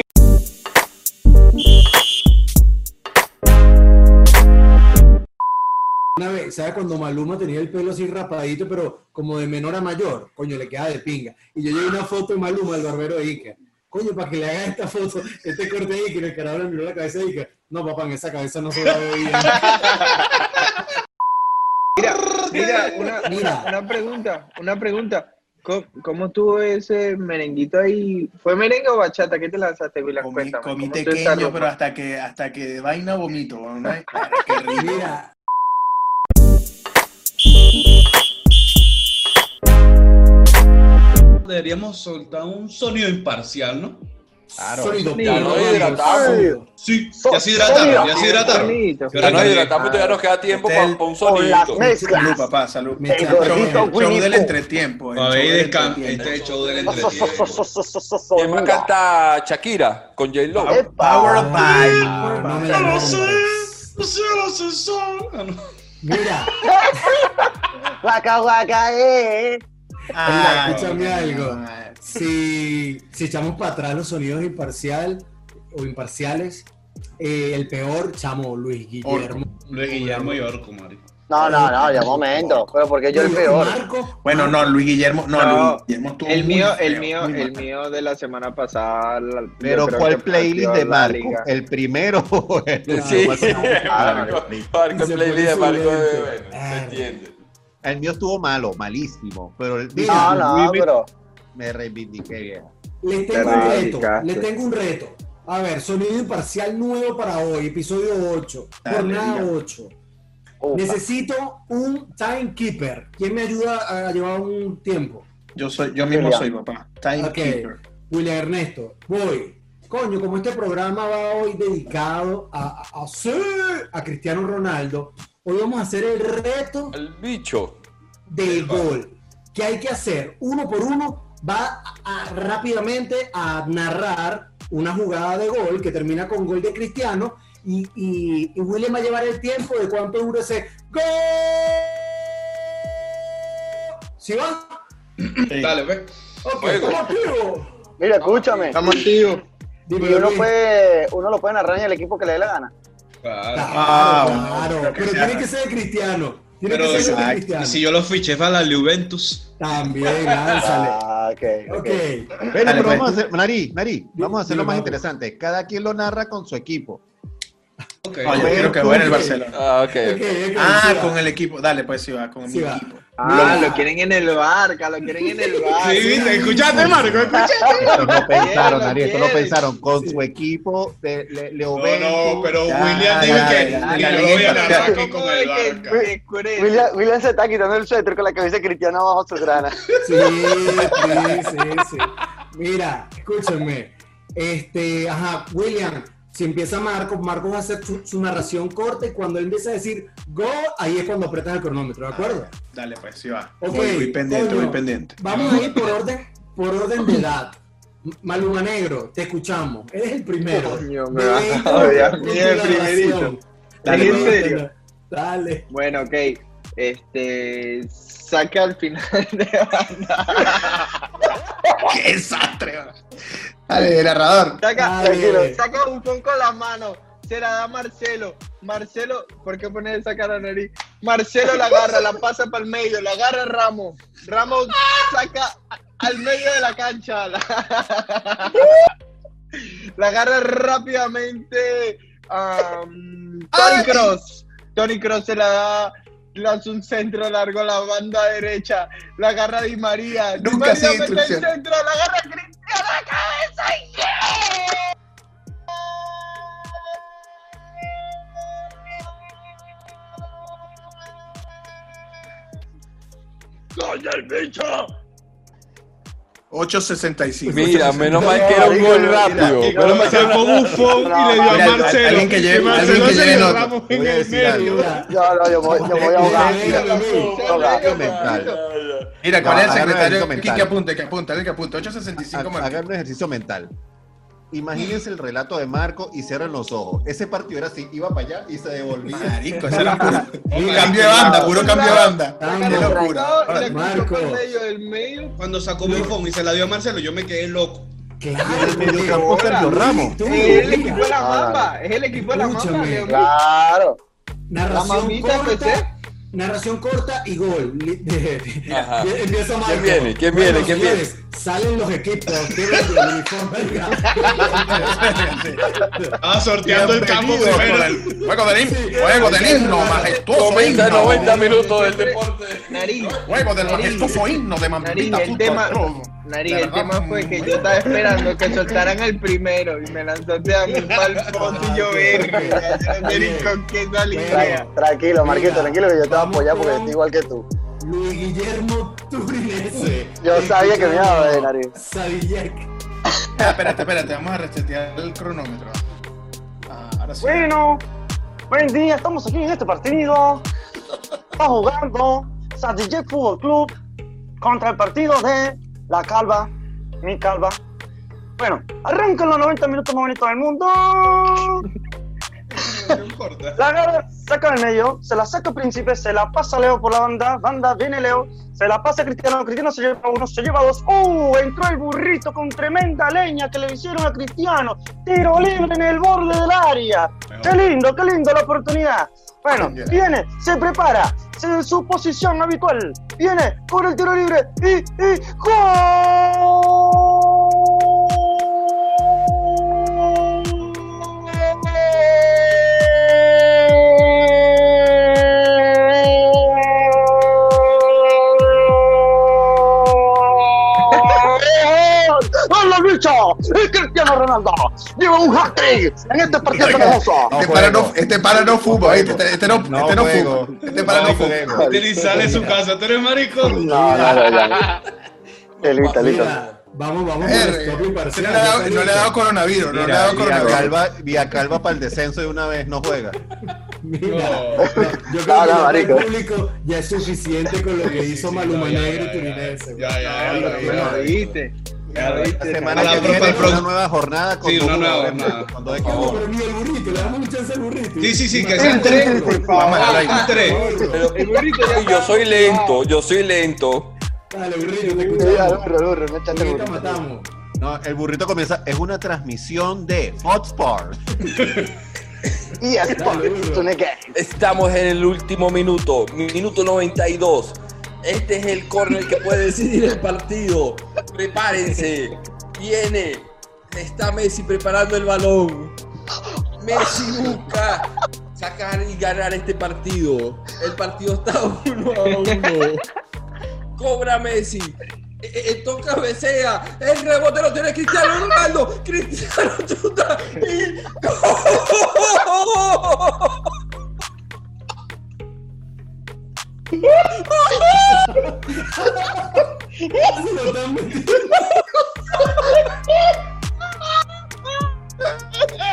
Una vez, ¿sabes? Cuando Maluma tenía el pelo así rapadito, pero como de menor a mayor, coño, le queda de pinga. Y yo llevé una foto de Maluma, el barbero de Ica. Coño, para que le haga esta foto, este corte de Ica, y el carajo le miró la cabeza de Ica. No, papá, en esa cabeza no se va a ver bien. Mira, una, Mira. una pregunta, una pregunta. ¿Cómo, cómo tuvo ese merenguito ahí? ¿Fue merengue o bachata? ¿Qué te lanzaste, Pilar? Comí, Cuéntame, comí ¿cómo tú estás, pequeño, Roma? pero hasta que, hasta que de vaina vomito. ¿no? Ay, qué rico. Mira. Deberíamos soltar un sonido imparcial, ¿no? Claro. Sólido, Ya puro, lo mano, hidratamos. sólido. Sí, So- ya se hidrataron, ya Sonido. se hidrataron. Sonido. Yo Ya nos recargué. hidratamos y todavía nos queda tiempo Este es para el- un Con sonido. las Salud, mezclas. papá, salud. Me El encanta. show, el Gordito show del Winnie Pooh. entretiempo. el A show ver, del descansa. entretiempo. Este es el show del entretiempo. ¿Quién más Epa. canta Shakira con J Lo? Power Ah, by. no me Ya la lo nombres. sé, ya lo sé, son. Ah, no. Mira, Guaca, guaca, eh. Mira, Ay, escúchame algo. madre. si, si echamos para atrás los sonidos imparcial o imparciales, eh, el peor, chamo, Luis Guillermo. Luis Guillermo y Orco, marico. No, no, no, ya un momento. Pero porque yo el Luis- peor. Marco, Bueno, no, Luis Guillermo, no, No, Luis Guillermo estuvo El muy mío, feo, el mío, muy el mal. mío de la semana pasada. la- yo Pero creo ¿cuál que playlist partió de la Marco? Eh, liga. El primero. el- Sí, Claro. Marco, Marco, Se el playlist de pone Marco de suculento. bueno, se entiende. El mío estuvo malo, malísimo. Pero el Ah. No, no, pero. me reivindiqué. viejo. les tengo un Pero reto, dedicaste. les tengo un reto. A ver, sonido imparcial nuevo para hoy, episodio 8, Dale, jornada diga. 8. ufa. Necesito un timekeeper. ¿Quién me ayuda a llevar un tiempo? Yo soy, yo mismo Ya. soy papá. Timekeeper. William Ernesto, voy. Coño, como este programa va hoy dedicado a, a, a- sí, a Cristiano Ronaldo, hoy vamos a hacer el reto El bicho. del gol. ¿Qué hay que hacer? Uno por uno va a- a- rápidamente a narrar una jugada de gol que termina con gol de Cristiano y, y, y William va a llevar el tiempo de cuánto dura ese gol. ¿Sí va? Sí. Dale, ve. Ok, Juego. ¿estamos activos? Mira, escúchame. Estamos activos. Dímelo, Y uno Luis. puede, uno lo puede narrar en el equipo que le dé la gana. Claro. Ah, Claro, bueno, claro, creo que ah. pero sea. tiene que ser cristiano. Tiene Pero que ser exacto, cristiano. y si yo los fiché para la Juventus. También, lánzale. Ah, ok. ok. okay. Bueno, Dale, pero pues. vamos a hacer, Nari, Nari, vamos a hacerlo Dime, más vamos. interesante. Cada quien lo narra con su equipo. Ok. No, yo creo que va en el Barcelona. Ah, ok. Ok, ok. ok, Ah, sí va. con el equipo. Dale, pues sí va, con Sí mi va. equipo. Ah, lo quieren en el barca, lo quieren en el Ah, barca. Sí, ¿viste? ¿Escuchaste, Marco? ¿Escuchaste? Esto lo pensaron, lo Ariel, esto lo quiere. pensaron con su equipo de Le- No, Leoventus. no, pero Ya, William ya, dijo ya, que ya, que yo la ley voy a espacial. narrar aquí ¿Cómo con es el que- Barca. que cuerece? William, William se está quitando el suéter con la camisa de Cristiano bajo su grana. Sí, sí, sí, sí. Mira, escúchenme. Este, ajá, William, si empieza Marcos, Marcos va a hacer su, su narración corta y cuando él empieza a decir go, ahí es cuando apretas el cronómetro, ¿de acuerdo? Dale, pues sí va. Ok, voy, voy pendiente, coño. voy pendiente. Vamos a ir por orden, por orden de edad. Maluma Negro, te escuchamos. Eres el primero. Coño, me Dale, vas a con odiar. tu Mira, el primerito. narración. Dale, ¿En pues. serio? Dale. Bueno, ok. Este. Saca al final de banda. ¡Qué desastre! va! Dale, narrador. Saca, Ah, tranquilo, bien. saca Buffon con las manos. Se la da Marcelo. Marcelo, ¿por qué pones esa cara nariz? Marcelo la agarra, la pasa para el medio, la agarra Ramos. Ramos saca a- al medio de la cancha. La, la agarra rápidamente. um, am, Tony Cross. Tony Cross se la da. Lanza un centro largo a la banda derecha. La agarra Di María. Di Nunca María sigue mete el instrucción. centro. La agarra Cristiano a la cabeza. y ¡Soy el bicho! 8.65. Mira, 8.65. menos mal que era un gol rápido. mira, Menos mal que era Sacó Buffon y le dio Mira, a alguien Marcelo. que Y lleve- Marcelo alguien que se lleve le nota. ramos en Voy a el decir medio. algo. Mira, No, no, yo, voy- yo voy a ahogar. Mira, ¿cuál No, es el hágame secretario? algo Aquí mental. que apunte, que apunte, alguien que apunte. 8.65 Ha- más. Hagan un ejercicio mental. Imagínense el relato de Marco y cierren los ojos. Ese partido era así, iba para allá y se devolvía. Marico, ese era puro. Mira, Cambio de banda, puro cambio de banda. Vamos, Qué locura. No, y la cruzó Marco. por el medio del medio. Cuando sacó Buffon y se la dio a Marcelo, yo me quedé loco. Claro, mediocampo Sergio Ramos. Tú, Es el mira. equipo de la Ah, mamba. Es el equipo de la mamba. Escúchame. Leo. Claro. La Narración mamita que sé. corta, narración corta y gol. Li- de- Ajá. de- Empieza Marco. ¿Quién viene? ¿Quién viene? Bueno, ¿Quién viene? señores, Salen los equipos. tienen el uniforme. Estaba sorteando el campo primero. Juego del himno, juego del himno, majestuoso Comienza himno. 90 minutos del deporte. Nariz. Juego del Nariz. majestuoso himno de Nariz, Mampita el Fútbol tema, Club. nariz, La el verdad, tema fue que muy yo estaba esperando que soltaran el primero y me lanzaste a mí para el fondo y yo verga. Yo no sé ni con qué salía. Tra- tranquilo, Marquito, Mira, tranquilo que yo te voy a vamos apoyar porque con- estoy igual que tú. Luis Guillermo Turinese. Yo sabía que me iba a ver, Ariel. Sabía que. Ah, Espérate, espérate, vamos a resetear el cronómetro. Ah, ahora sí. Bueno, buen día, estamos aquí en este partido. Está jugando Sadijek Fútbol Club contra el partido de La Calva, mi Calva. Bueno, arrancan los 90 minutos más bonitos del mundo. No importa. La agarra, saca del medio, se la saca Príncipe, se la pasa Leo por la banda, banda viene Leo, se la pasa Cristiano, Cristiano se lleva uno, se lleva dos, ¡uh! Entró el burrito con tremenda leña que le hicieron a Cristiano, tiro libre en el borde del área, ¡qué lindo, qué lindo la oportunidad! Bueno, Ya. viene, se prepara, se- en su posición habitual, viene, con el tiro libre y, y ¡Gol! ¡Gol del bicho! ¡Y Cristiano Ronaldo! Lleva un hat-trick en este partido famoso. No Este para no, juego. este para no fuma, ¿viste? Este, este no, No este no juego. fuma. Este para No no fuma. juego. Este ni sale de su casa. ¿Tú eres marico? No, no, no, no. Elita, elita. Mira, vamos, vamos. por el Verga. stop No imparcial, le ha dado- Rosalito. no le ha dado coronavirus, no le ha Mira, dado mira, Vía coronavirus. Calva, Vía Calva para el descenso de una vez, no juega. Mira. No. Yo creo Ah, No, no, que ya el marico. público ya es suficiente con lo que hizo Maluma ya, Negro ya, y Turinese. ya, ya, ya, No, ya, no, ya, no. Bueno, viste. Ya, viste. La A semana la que pro- viene pro- una nueva jornada con Sí, dos una nueva jugadores, jornada. con dos No, equipos. pero ni el burrito, le damos un chance al burrito. Sí, sí, sí, que Imagínate, sean tres. por Vamos favor. al aire. Ah, tres. Pero- El burrito ya Ay, yo está- soy lento, yo soy lento. Dale, burrito, te Mira, escuchamos. burro, burro, no echate Burrito, burro. matamos. No, el burrito comienza, es una transmisión de Hotspot. Y es por Dale, burro. tú no que- Estamos en el último minuto, minuto 92. Este es el córner que puede decidir el partido. Prepárense. Viene. Está Messi preparando el balón. Messi busca sacar y ganar este partido. El partido está uno a uno. Cobra Messi. Eh, eh, toca cabecea, el rebote lo tiene Cristiano Ronaldo, Cristiano chuta y ¡Gol!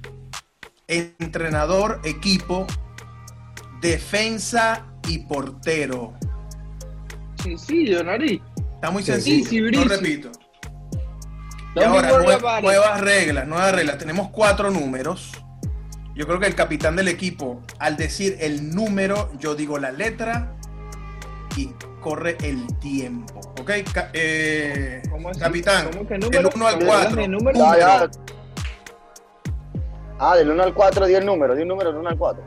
entrenador, equipo, defensa y portero. Sencillo, Nori. Está muy Sencillo, sencillo. no brisi. repito. No me y ahora, vuelva nue- a parar. nuevas reglas, nuevas reglas. Tenemos cuatro números. Yo creo que el capitán del equipo, al decir el número, yo digo la letra y corre el tiempo. ¿Ok? Ca- eh, ¿Cómo así? capitán, ¿Cómo que del número? 1 al Perdón, 4. ¿de número? Ya, ya. Ah, del 1 al 4 di el número, di un número del 1 al 4.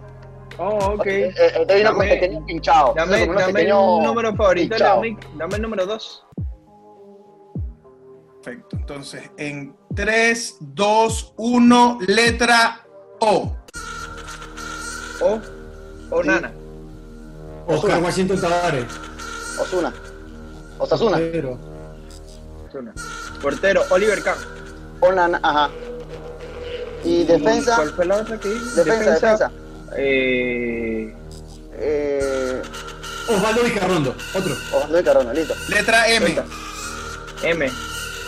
Oh, ok. Eh, este eh, Este vino con Dame- pequeño pinchado. Dame, Vino con unos dame el pequeños número favorito, pinchados. Leomic. Dame el número 2. Perfecto. Entonces, en 3, 2, 1, letra O. O, o Nana. Oscar Washington Tavares. Osuna. Osasuna. Pero- Osuna. Portero, Oliver Kahn. Onana, ajá. Y defensa. ¿Cuál fue la otra que dije? Defensa, defensa. Eh, Eh, Osvaldo Vicarrondo. Otro. Osvaldo Carona, listo. Letra M. Venga. M.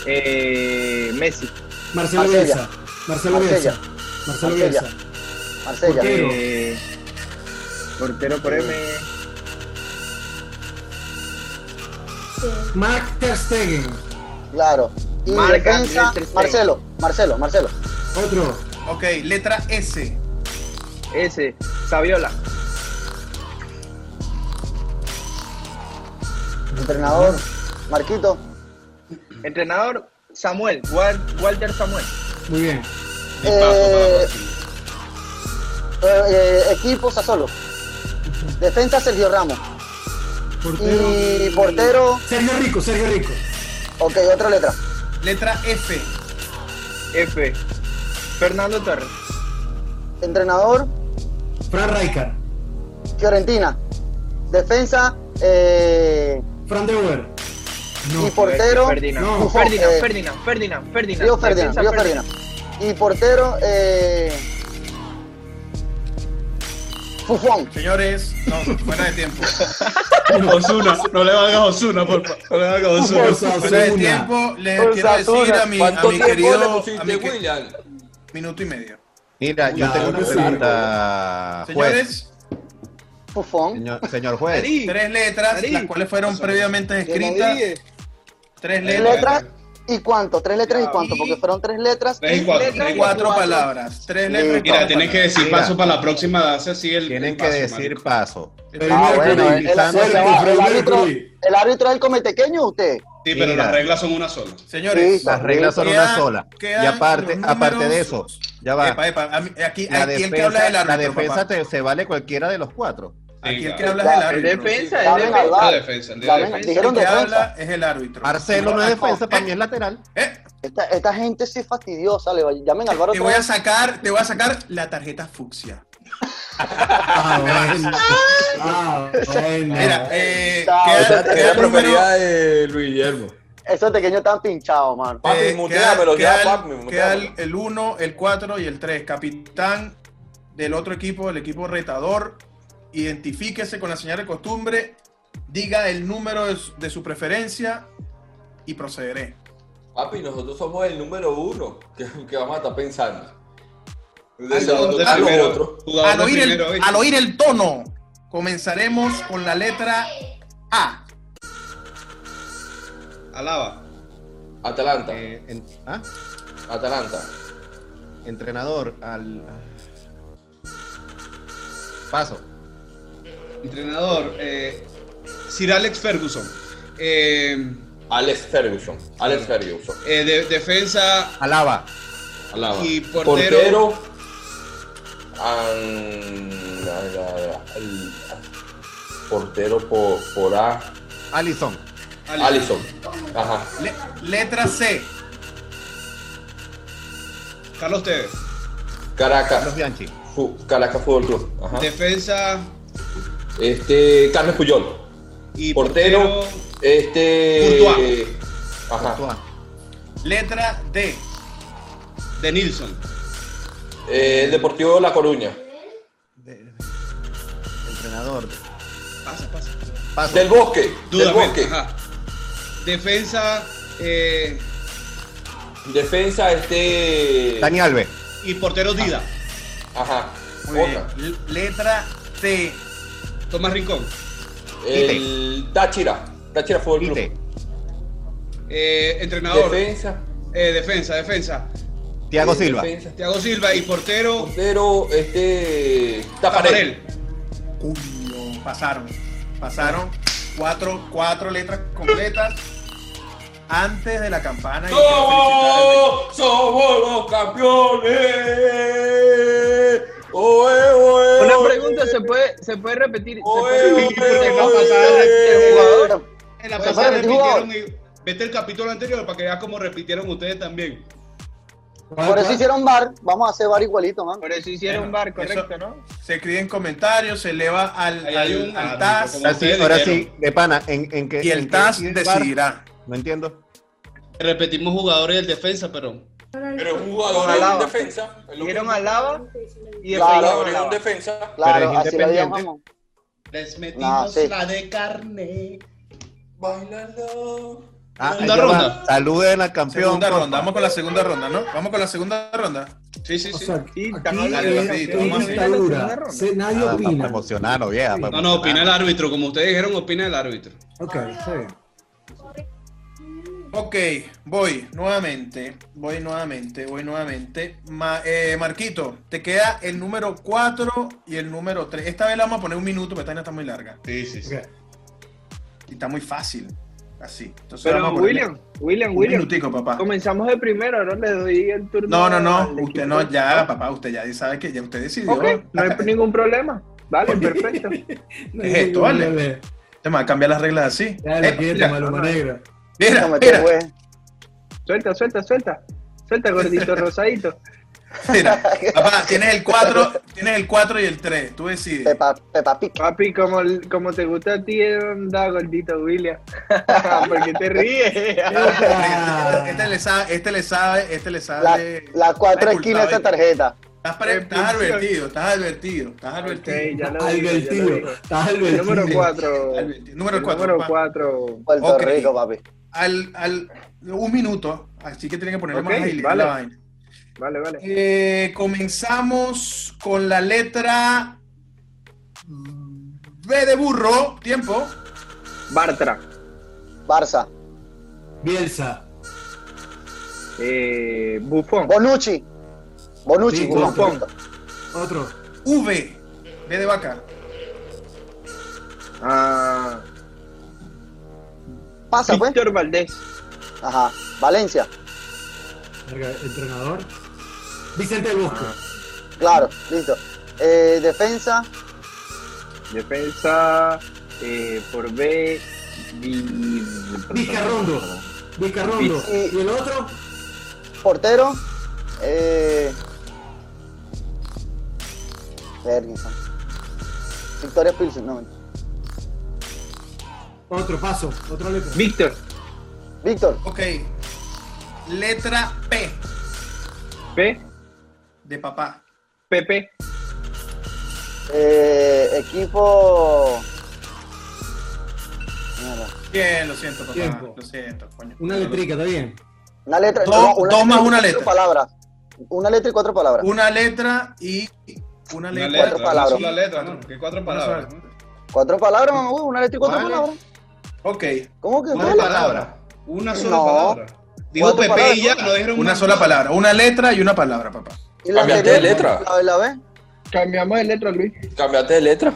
Eh, Messi. Marcelo Marsella. Bielsa. Marcelo Bielsa. Marcelo Marsella. Bielsa. Marsella. ¿Por qué? Portero. Eh, portero por M. Mark Ter Stegen. Claro. Y Marca, defensa. Ter Stegen. Marcelo, Marcelo, Marcelo. Otro. Ok, letra S. S. Saviola. Entrenador. Marquito. Entrenador, Samuel. Wal- Walter Samuel. Muy bien. Y paso para la Eh, próxima. eh, eh, equipo Sasolo. Defensa Sergio Ramos. Y portero. Sergio Rico, Sergio Rico. Ok, otra letra. Letra F. F. Fernando Torres. Entrenador. Fran Rijkaard. Fiorentina. Defensa. Eh, Fran de Boer. y portero. Ferdinand. no, Ferdinand, eh, Ferdinand, Ferdinand, Ferdinand. Río Ferdinand, Defensa Río Ferdinand. Y portero, eh. Fufón. Señores, no, fuera de tiempo. Osuna, no le valgas a Osuna, por favor. No le valgas a Osuna. Fuera de Osasuna. tiempo, les Con quiero decir Saturno. a mi, a ¿cuánto mi tiempo le querido pusiste, a mi que- William? minuto y medio. Mira, yo Ya, tengo una sí. pregunta, juez. Señores, Fofón. Señor, señor juez, Marí, Tres letras, Marí. las cuales fueron Eso. previamente Te la escritas. dije. Tres Tres letras. letras y cuánto, tres letras y cuánto, porque fueron tres letras. Tres y cuatro. letras tres y Cuatro palabras. Tres letras. y Mira, cuatro tienen que decir Mira. paso para la próxima, darse así el. tienen el que paso, decir marico. paso. Freddie Ah, Mercury, bueno, el, el- Lisandro ya va, Freddie el árbitro, Mercury. el árbitro es el cometequeño o usted. Sí, pero Mira. las reglas son una sola. Señores, Sí, Las reglas son Quedan- una sola. quedan Y aparte, los números- aparte de eso, ya va. epa, epa, a mí- aquí, la aquí el que habla defensa, del la árbitro, defensa papá. te- se vale cualquiera de los cuatro. Aquí el que claro. habla es el Ya, Es árbitro. defensa, Ya es ven, defensa. La hablar. defensa, el de Ya la ven, defensa. El dijeron que defensa. habla es el árbitro. Ah, Marcelo no es defensa, para mí es lateral. Eh, Esta, esta gente sí es fastidiosa, le va- llamen al te bar otra voy a vez. sacar, te voy a sacar la tarjeta fucsia. Ah, bueno. Ah, bueno. Mira, eh, Chao. queda- Esa queda era el número- propiedad de Luis Guillermo. Esos pequeños están pinchados, mano. Papi, eh, muteámelo, queda- ya, queda papi, el- muteámelo. queda el- el 1, el 4 y el 3. Capitán del otro equipo, el equipo retador, identifíquese con la señal de costumbre, diga el número de su, de su preferencia y procederé. Papi, nosotros somos el número uno que, que vamos a estar pensando. Ah, Entonces, nosotros- de a los primero, otros. jugador Al de oír, Ah, el, primero, ¿viste? al oír el tono, comenzaremos con la letra A. Alaba. Atalanta, Eh, en- ah, Atalanta. entrenador al. Paso. Entrenador, eh, Sir Alex Ferguson. Eh, Alex Ferguson. Alex Ferguson. eh, de- defensa, Alaba. Alaba. Y portero- An- al- al- al- portero por, por A. Alison. Allison. Ajá. Le- letra C. Carlos Tevez. Ah. Los Caracas. Bianchi. Fu- Caracas Fútbol Club. Ajá. Defensa Este, Carlos Puyol. y portero, portero. Este. Courtois. Ajá. Courtois. Letra D. de Nilsson. Eh, el Deportivo La Coruña. De- Entrenador. Pasa, pasa. Paso. Del Bosque. Del Dudamel. Bosque. Ajá. Defensa eh, Defensa, este. Dani Alves. y portero Dida. Ah. Ajá. Muy bien. Otra. Le- Letra T. Tomás Rincón. El Táchira. Táchira Fútbol Club. Ite. Eh, entrenador. Defensa. eh, defensa, defensa. Tiago eh, Silva. defensa. Thiago Silva y portero Portero, este. Tafarel. Tafarel. Coño, pasaron. Pasaron cuatro, cuatro letras completas antes de la campana. y quiero ¡Somos, somos los campeones! ¡Oe, oe, Una oe! pregunta, ¿se puede, se puede repetir? ¿Se puede Oe, oe, repetir el oe, jugador? oe. Eh, El jugador? En la Bueno, pasada bueno, repitieron y- Vete el capítulo anterior para que veas cómo repitieron ustedes también. Por eso hicieron bar, vamos a hacer bar igualito, mano. Por eso hicieron un bar, Bueno, correcto, ¿no? felicitar. Se escriben comentarios, se eleva al, Ahí al, hay un al árbitro, TAS como Ahora sí, ustedes ahora dijeron. sí, de pana, en, en que. y en el que TAS sí es VAR, decidirá. No entiendo. Repetimos jugadores del defensa, pero Pero un jugador Alaba. es un defensa. es lo que- Dieron a Lava y Un después Claro, dieron jugador a es un Lava. defensa. Pero Claro, es así lo independiente. llamamos. les metimos Nah, sí. la de carne. Bailalo. Ah, Segunda ahí ya va. ronda. Saluden al campeón. Segunda porfa. Ah, ronda, vamos con la segunda ronda, ¿no? Vamos con la segunda ronda. Sí, sí, O sí. sea, Sí, están aquí hablando es de rapidito, una vamos a seguir. dictadura. Se- Nadie Nada, para opina. promocionarlo, vieja. para No, no, opina el promocionarlo. árbitro. Como ustedes dijeron, opina el árbitro. Ok, está bien. Ok, voy nuevamente, voy nuevamente, voy nuevamente. Ma- eh, Marquito, te queda el número 4 y el número 3. Esta vez la vamos a poner un minuto porque esta vaina está muy larga. Sí, sí, sí. Ok. Y está muy fácil. Así. Entonces Pero vamos a ponerle William, William, un William. minutico, papá. Comenzamos de primero, ¿no? Le doy el turno. No, no, al no. equipo. Usted no, ya, papá, usted ya sabe que ya usted decidió. Ok, no hay Acá- ningún problema. Vale, perfecto. ¿Qué es esto, vale? Dale, Te van a cambiar las reglas así. Eh, Dale, quieto, mira, maluma negra. mira, Déjame, mira, güey. Suelta, suelta, suelta. Suelta, gordito rosadito. mira. Papá, tienes el 4, tienes el 4 y el 3. Tú decides. Pepa, Pepa Pic. Papi, como, como te gusta a ti, onda, gordito William. ¿Por qué te ríes? Ah, Este, este le sabe, este le sabe, este le La- sabe. Las cuatro Ay, esquinas de esa culpable. tarjeta. Estás, pre- estás advertido, estás advertido, estás advertido. Ok, ya lo digo, ya lo Albertido. digo. Estás El número Albertido. 4. Advertido. Número 4. Número 4. Puerto Ok. Rico, papi. Al, al, un minuto, así que tienen que ponerle Ok, más agilidad a vale. la vaina. Vale, vale. Eh, comenzamos con la letra B de burro, tiempo. Bartra. Barça. Bielsa. Eh, Buffon. Bonucci. Bonucci. Sí, Buffon. Buffon. Otro. V. B de vaca. Ah, Pasa, pues. Víctor Valdés. Ajá. Valencia. Verga, Entrenador. Vicente del Bosque. Claro, listo. Eh, defensa. Defensa. eh, por B. Vi- Vizcarrondo. Vizcarrondo. Vic- ¿Y el otro? Portero. Eh... Ferguson. Victoria Pilsen, no. Otro paso. Otra letra. Víctor. Víctor, Ok. Letra P P. de papá. Pepe. eh, equipo. Mierda. Bien, lo siento, papá. Tiempo. Lo siento, coño. Una letrica, está bien. Una letra. Dos- dos más una letra. Cuatro palabras. Una letra y cuatro palabras. Una letra y una Una letra. letra, Cuatro una palabras. sola letra, ¿no? Que cuatro Una sola palabras. letra. ¿no? Cuatro palabras, mamá. huevo, Una letra y cuatro Vale. palabras. Ok. ¿Cómo que Cuatro vale? palabras. Una sola No. palabra. Dijo Cuatro Pepe palabras, y ya, una. no dijeron Una sola palabra. Una letra y una palabra, papá. ¿Y la Cambiaste anterior? de letra. La, la B. Cambiamos de letra, Luis. Cambiate de letra.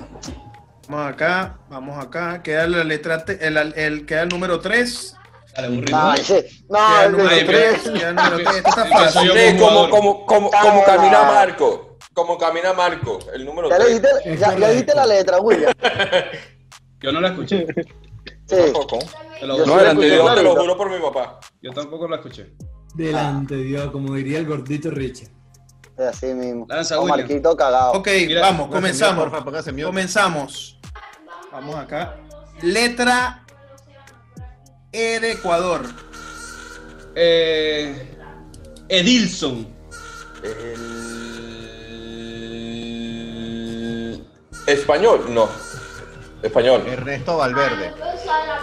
Vamos acá, vamos acá. Queda la letra T, el, el, queda el número 3. Dale, burrito. No, ese- no, Queda el el número de Ay, tres. Queda el número 3. Esta está Yo soy fácil. yo Sí, como como, jugador. como, como, como camina Marco. Como camina Marco, el número Ya le tres. dijiste, ya, ya dijiste la letra, William. Yo no la escuché. Sí. Tampoco. Te lo Yo juro. No, sí el la escuché, anterior, la te lo letra. juro por mi papá. Yo tampoco la escuché. Ah. Delante, Dios, como diría el gordito Richard. Es así mismo. Lanza, O William. Marquito cagado. Ok, Mira, vamos, comenzamos. Porfa, póngase mute. Comenzamos. Vamos acá. Letra E de Ecuador. Eh, Edilson. El... Español, no. Español. Ernesto Valverde.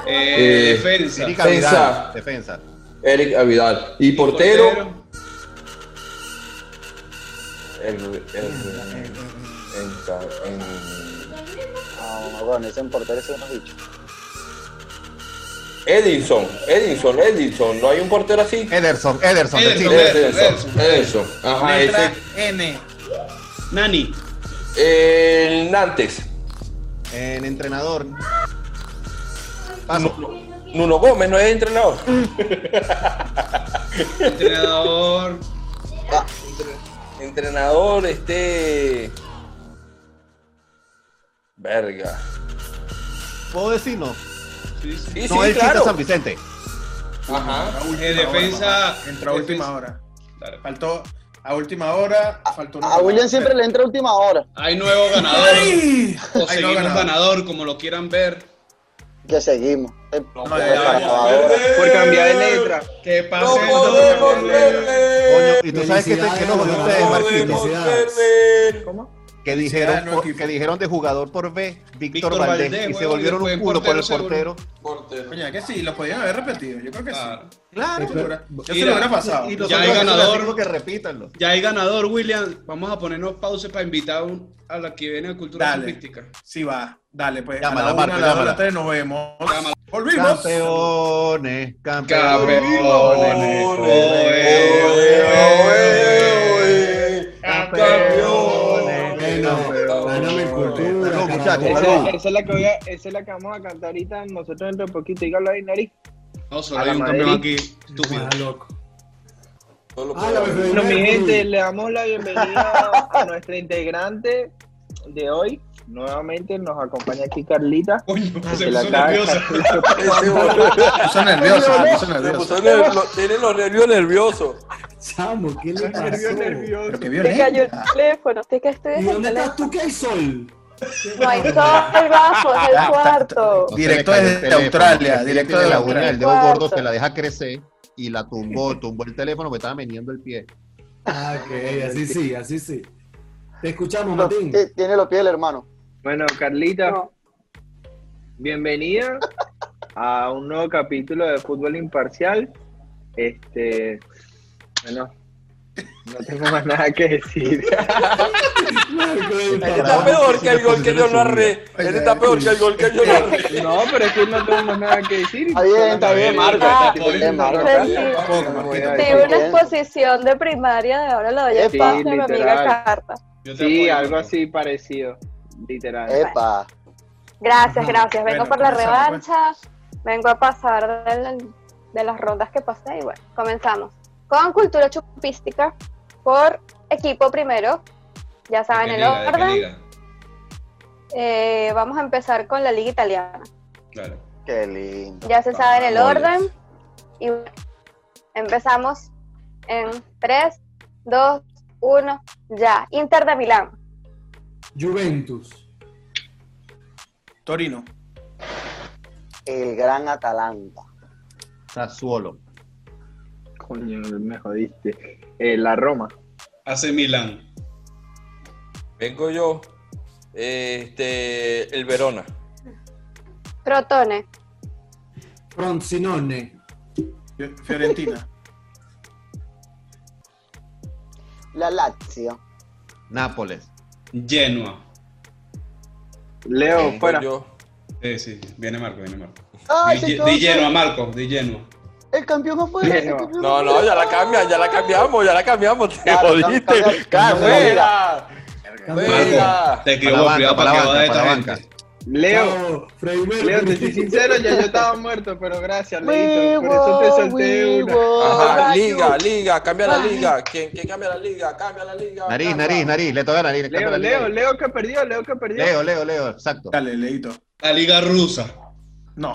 Eh, Eh, defensa. Erika Defensa. Vidal. Defensa. Eric Avidal. Y portero. El, el- el- en- No, bueno, ese en portero ese no es bicho. Edison, Edison, Edison. ¿No hay un portero así? Ederson. Ederson. de Chile. Ederson. Edison, Edison. Ajá, Letra ese. N. Nani. El Nantes. En entrenador. Paso. Nuno Gómez no es entrenador. Entrenador. Ah, entrenador, este. Verga. ¿Puedo decir no? Sí, sí. Sí, no, sí, el claro. Chita San Vicente. Ajá. E Eh, defensa. Entra a última hora. Dale. Faltó a última hora. Faltó una A William palabra. siempre le entra a última hora. Hay nuevo ganador. ¡Ay! O Ay, no, seguimos ganador. ganador, como lo quieran ver. Que seguimos. Eh, ya, eh, ya, acabadora. Por cambiar de letra. Que No pase el doble. podemos Coño, perder. y tú sabes que, te, que nos jodió ustedes, No Marquito. podemos Felicidades. perder. Que dijeron, no, por- equipo. que dijeron de jugador por B, Víctor Víctor Valdés, Valdés, y se huevón, volvieron y un después culo por el portero portero. Portero. Coño, que sí, lo podían haber repetido. Yo creo que Claro. sí. Claro, Esto- segura. yo se Mira, lo hubiera pasado. Y lo- nosotros Ya hay decimos ganador. que repítanlo. Ya hay ganador, William. Vamos a ponernos pausa para invitar a un- a la que viene a Cultura Dale. Política. Sí, va. Dale, pues. Llámala, a la una, Marco, a la dos, a llámala. la tres, nos vemos. Llámala. Volvimos. Campeones, campeones. Campeones. Oe, oe, oe, Bueno, ganame en cultura. Salud, carajo. muchachos, Esa, salud. esa es la que voy a- esa es la que vamos a cantar ahorita nosotros dentro de poquito. Dígalo ahí, nariz. No, solo A hay la un Madrid. campeón aquí. Estúpido. Ah, loco. Solo Ah, la podemos- Bueno, mi Mercury. gente, le damos la bienvenida a nuestra integrante de hoy. Nuevamente nos acompaña aquí Carlita. Coño, se que la puso acaba de nerviosa. Ah, Ese boludo Me puso nervioso, me puso se nervioso. puso nervio- Tiene los nervios nerviosos. Chamo, ¿qué le pasó? Pero qué Te cayó el violenta. teléfono, te que estoy ¿Y desde el dónde teléfono. estás tú que hay sol? No hay sol, vaso, Ah, es el cuarto. No se le Directo cayó el desde teléfono, Australia, que directo tiene de la uña la Australia. del dedo Cuarto. gordo, se la deja crecer y la tumbó, tumbó el teléfono porque estaba meneando el pie. Ah, ok, así sí, así sí. Te escuchamos, Los- Martín. eh, ti- Tiene los pies el hermano. Bueno, Carlita, No. bienvenida a un nuevo capítulo de Fútbol Imparcial. Este, bueno, No tengo más nada que decir. Este está peor que el gol que yo narré. Este está peor que el gol que yo narré. No, pero es que no tengo más nada que decir. Está bien, está bien, Marco. Ah, Bien, Marco. ah, Tengo una exposición de primaria de ahora la doy a Sí, paso a mi amiga literal. Carta. Yo te Sí, apoyo, algo Marco. así parecido. Literal. Epa. Gracias, Ajá, gracias. Vengo bueno, por la pues. comenzamos, revancha, vengo a pasar del- de las rondas que pasé y bueno, comenzamos. Con cultura chupística, por equipo primero, ya ¿De saben qué el liga? ¿De qué orden. liga? Eh, vamos a empezar con la liga italiana. Claro. Qué lindo. Ah, Ya se saben el Vamos. orden. Y bueno, empezamos en 3, 2, 1, ya. Inter de Milán, Juventus, Torino, El gran Atalanta. Sassuolo. Coño, me jodiste. Eh, la Roma. Hace Milán. Vengo yo. Este, el Verona. Crotone, Fronzinone, Fio- Fiorentina, La Lazio. Nápoles. Genoa. Leo, Vengo fuera. yo. Sí, Eh, sí. Viene Marco, viene Marco. ¡Ay, Di- se quedó Di fuera! Genoa, Marco. Di Genoa. El campeón afuera. Lleno. el campeón No, no, afuera. ya la cambian, ya la cambiamos, ya la cambiamos. Te Claro, cambia- jodiste. cambia- ¡Fuera! ¡Fuera! Marco, te Para la equivocas, banca, cuidado para la para que va banca, para la de esta banca. gente. Leo, Chao, Freddie Leo, te Mercury. soy sincero, ya yo estaba muerto, pero gracias, We Leito. Por eso te won, solté we una. won. Ajá, liga, liga, cambia la liga. ¿Quién, quién cambia la liga? Cambia la liga. Nariz, cambia. nariz, nariz. Le toca a nariz. le Leo, toca a nariz. Leo, Leo que perdió, Leo que perdió. Leo, Leo, Leo. Exacto. dale, Leito. La Liga Rusa. No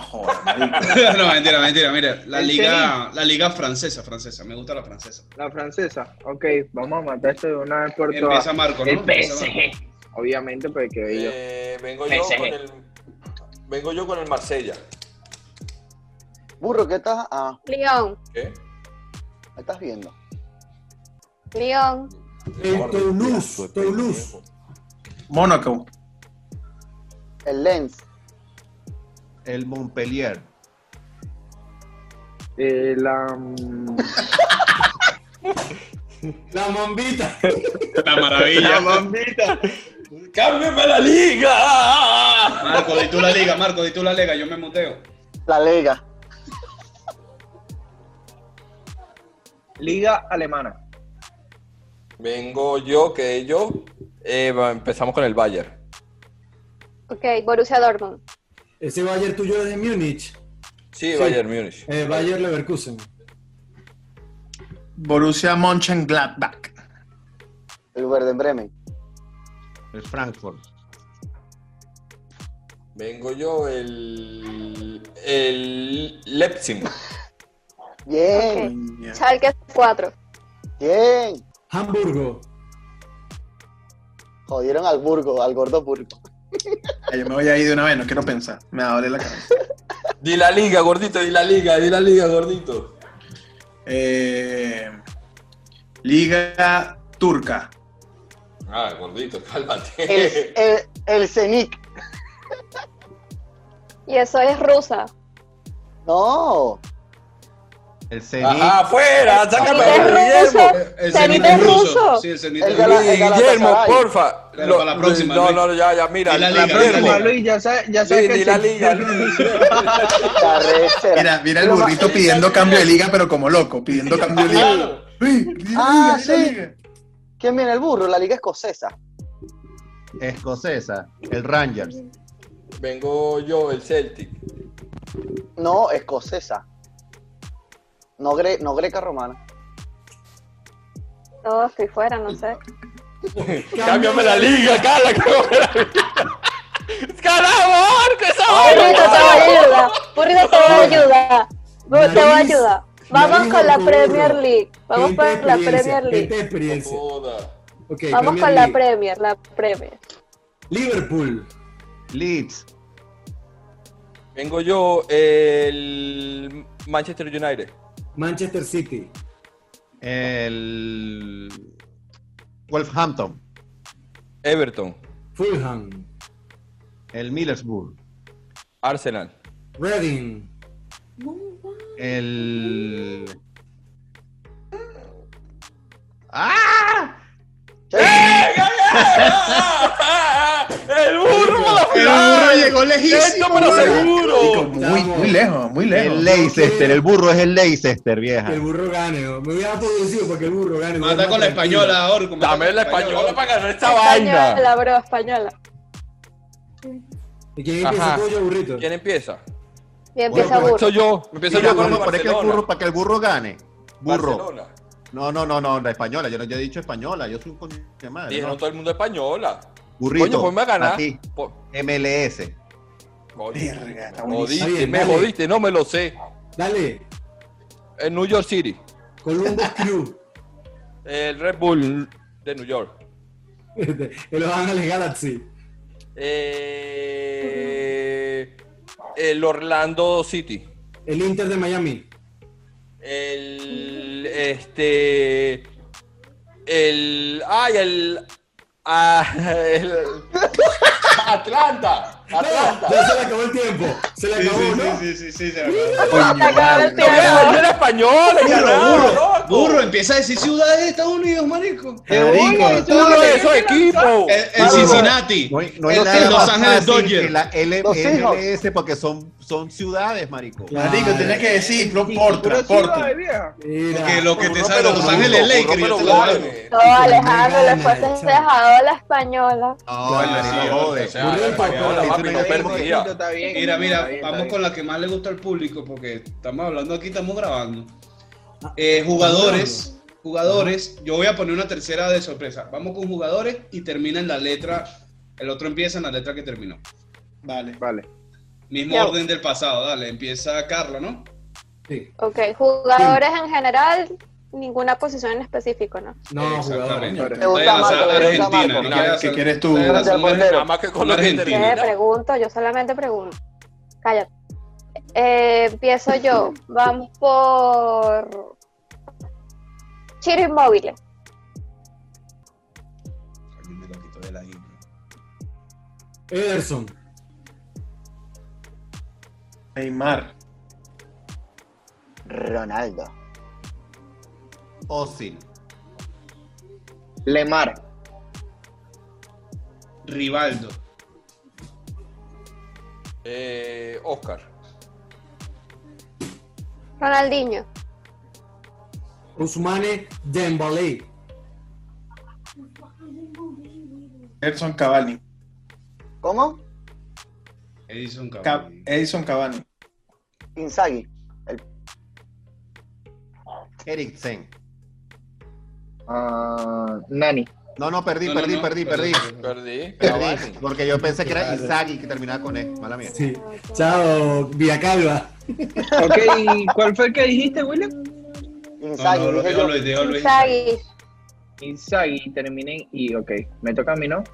jodas, marico. no, mentira, mentira, mira. La ¿En Liga, la liga Francesa, francesa. Me gusta la francesa. La francesa. Ok, vamos a matar esto de una vez por todas. Empieza Marco, ¿no? El Empieza Marco. PSG. Obviamente, pues, porque yo. Eh, vengo yo con el. Vengo yo con el Marsella. Burro, ¿qué estás? Ah, Lyon, ¿Qué? Eh, ¿me estás viendo? Lyon, El Ahora, Toulouse, tío, Toulouse. pendejo. Mónaco, El Lens. El Montpellier. Eh, la. mm, La mambita. La maravilla. bombita. ¡Cámbiame la liga! Marco, di tú la liga, Marco, di tú la liga, yo me muteo. La Liga. Liga alemana. Vengo yo, que yo. Eh, va- empezamos con el Bayern. ok, Borussia Dortmund, Ese Bayer tuyo es de Múnich. Sí, Bayern Múnich. Eh, Bayer Leverkusen. Borussia Mönchengladbach, El Werder Bremen. El Frankfurt. Vengo yo, el. El Leipzig. Bien, Schalke 4, bien. Hamburgo. Jodieron al Burgo, al gordo Burgo. Ya, Yo me voy a ir de una vez, no quiero pensar. Me va a doler la cabeza. Di la liga, gordito, di la liga, di la liga, gordito. Eh, Liga Turca. Ah, gordito, El, cálmate. el, el Zenit. y eso es rusa. No. El Zenit. Ajá, fuera, sácame Zenit a es ruso. Ah, Guillermo. eh, El Zenit Zenit es es ruso. ruso. Sí, el Zenit El es de la- ruso. el Galatasaray. Guillermo, porfa. Pero para la próxima, no, Luis. no, ya, ya, mira. Di la liga, di la Guillermo. liga. Próxima, Luis, ya sabes, ya sabes Luis, que di el la Chelsea- liga. Luis. Carretera. Mira, mira el Lo más- burrito pidiendo cambio de liga, pero como loco, pidiendo cambio de liga. Uy, di la Ah, liga, di la sí. liga. ¿Quién viene el burro? La Liga Escocesa. Escocesa. El Rangers. Vengo yo, el Celtic. No, escocesa. No, gre- no greca romana. No, estoy fuera, no sé. Cámbiame la liga, cala, cámbiame la liga. ¡Carajo, que esa Burrito, te voy a ayudar. Burrito, te voy a ayudar. Burrito, te voy a Nariz, ayudar. Vamos nariz con la del burro. Premier League. Vamos Quinta con la experiencia, Premier quinta League. experiencia. Joda. Ok, Vamos Premier con la League. Premier, la Premier. Liverpool. Leeds. Vengo yo, el Manchester United. Manchester City. El. Wolverhampton. Everton. Fulham. El Millersburg. Arsenal. Reading. El. ¡Ah! ¡Eh! ¡El burro a la El burro llegó Esto lejísimo. me lo güey. aseguro. Muy, muy lejos, muy lejos. El Leicester, el burro es el Leicester, Que vieja. el burro gane. ¿no? Me voy a dar por vencido para que el burro gane. Mata con la española, Orco. mata Dame con la española Orco. para ganar esta vaina. Española, bro, española. ¿Y quién empieza Ajá. tú, yo, burrito? ¿Quién empieza? Y empieza Bueno, burro. Empiezo yo. Empiezo Mira, yo con vamos a poner que el burro- Barcelona. para que el burro gane. Burro. Barcelona. No, no, no, no, la española. Yo, no- yo he dicho española. Yo soy un coño de madre. Dijeron ¿no? todo el mundo española. Burrito. Coño, ponme a ganar. a ti, Po- MLS. Coño, Verga, está me Está buenísimo. jodiste, bien, me dale. jodiste, no me lo sé. Dale, En New York City, Columbus Crew. el Red Bull de New York. este, de Los Ángeles Galaxy. Eh, el Orlando City. El Inter de Miami. El. Este. El. Ay, el. ah, el- Atlanta. Atlanta. Ya se le acabó el tiempo. Se le Sí, acabó, sí, ¿no? sí, sí, sí, sí, se acabó. Se acabó No, pero yo el tiempo. era español, ya nada, Burro, burro, loco. burro, empieza a decir ciudades de Estados Unidos, marico. Marico, Uno de esos equipos. El, el Cincinnati, No hay, no hay el, nada el Los más Ángeles fácil que Dodgers. la L- Los Seahawks. MLS porque son, son ciudades, marico. Marico, tienes que decir, no Pura Portland, ciudad de Portland. Ah, vieja. Mira. Que lo que te Burro, sale de pero Los burro, Ángeles burro, Lakers, yo pero te lo burro. valgo. No, No, Alejandro, me le gana, fueses chamo. dejado la española. No, Claro, vale, sí, no jode. O sea, la española, papi, no perdía. Está bien, Mira, mira, está bien, está vamos bien. con la que más le gusta al público, porque estamos hablando aquí, estamos grabando. Eh, jugadores, jugadores, yo voy a poner una tercera de sorpresa. Vamos con jugadores y termina en la letra, el otro empieza en la letra que terminó. Vale. Vale. Mismo Ya. orden del pasado, dale, empieza Carla, ¿no? Sí. Ok, jugadores en general, ninguna posición en específico, ¿no? No, Exactamente. jugadores. Te gusta Vamos a Marco, te gusta Argentina, Marco. ¿no? ¿Qué, hacer- quieres tú? Ustedes Gracias, hacen un- portero. Nada más que con los que Argentina. ¿Qué? termina. Pregunto, yo solamente pregunto. Cállate. Eh, empiezo yo. Vamos por. Chiro Inmóvil. Ederson. Neymar. Ronaldo. Osil. Lemar. Rivaldo. Eh, Oscar. Ronaldinho. Usmane Dembélé. Edson Cavani. ¿Cómo? Edison Ca- Cavani. Edson Cavani. Inzaghi. Eriksen. Ah, Nani. No, no, perdí, No, no, perdí, no, perdí, perdí. Perdí. Perdí, Cavani. Porque yo pensé que era Isagi que terminaba con E. Mala mía. Sí. Chao, Villacalva. Ok, ¿y ¿cuál fue el que dijiste, William? No, Inzaghi. no, lo dije dejo, yo. lo dejo, lo dejo. Inzaghi. Inzaghi, terminé en I, ok. Me toca a mí, ¿no?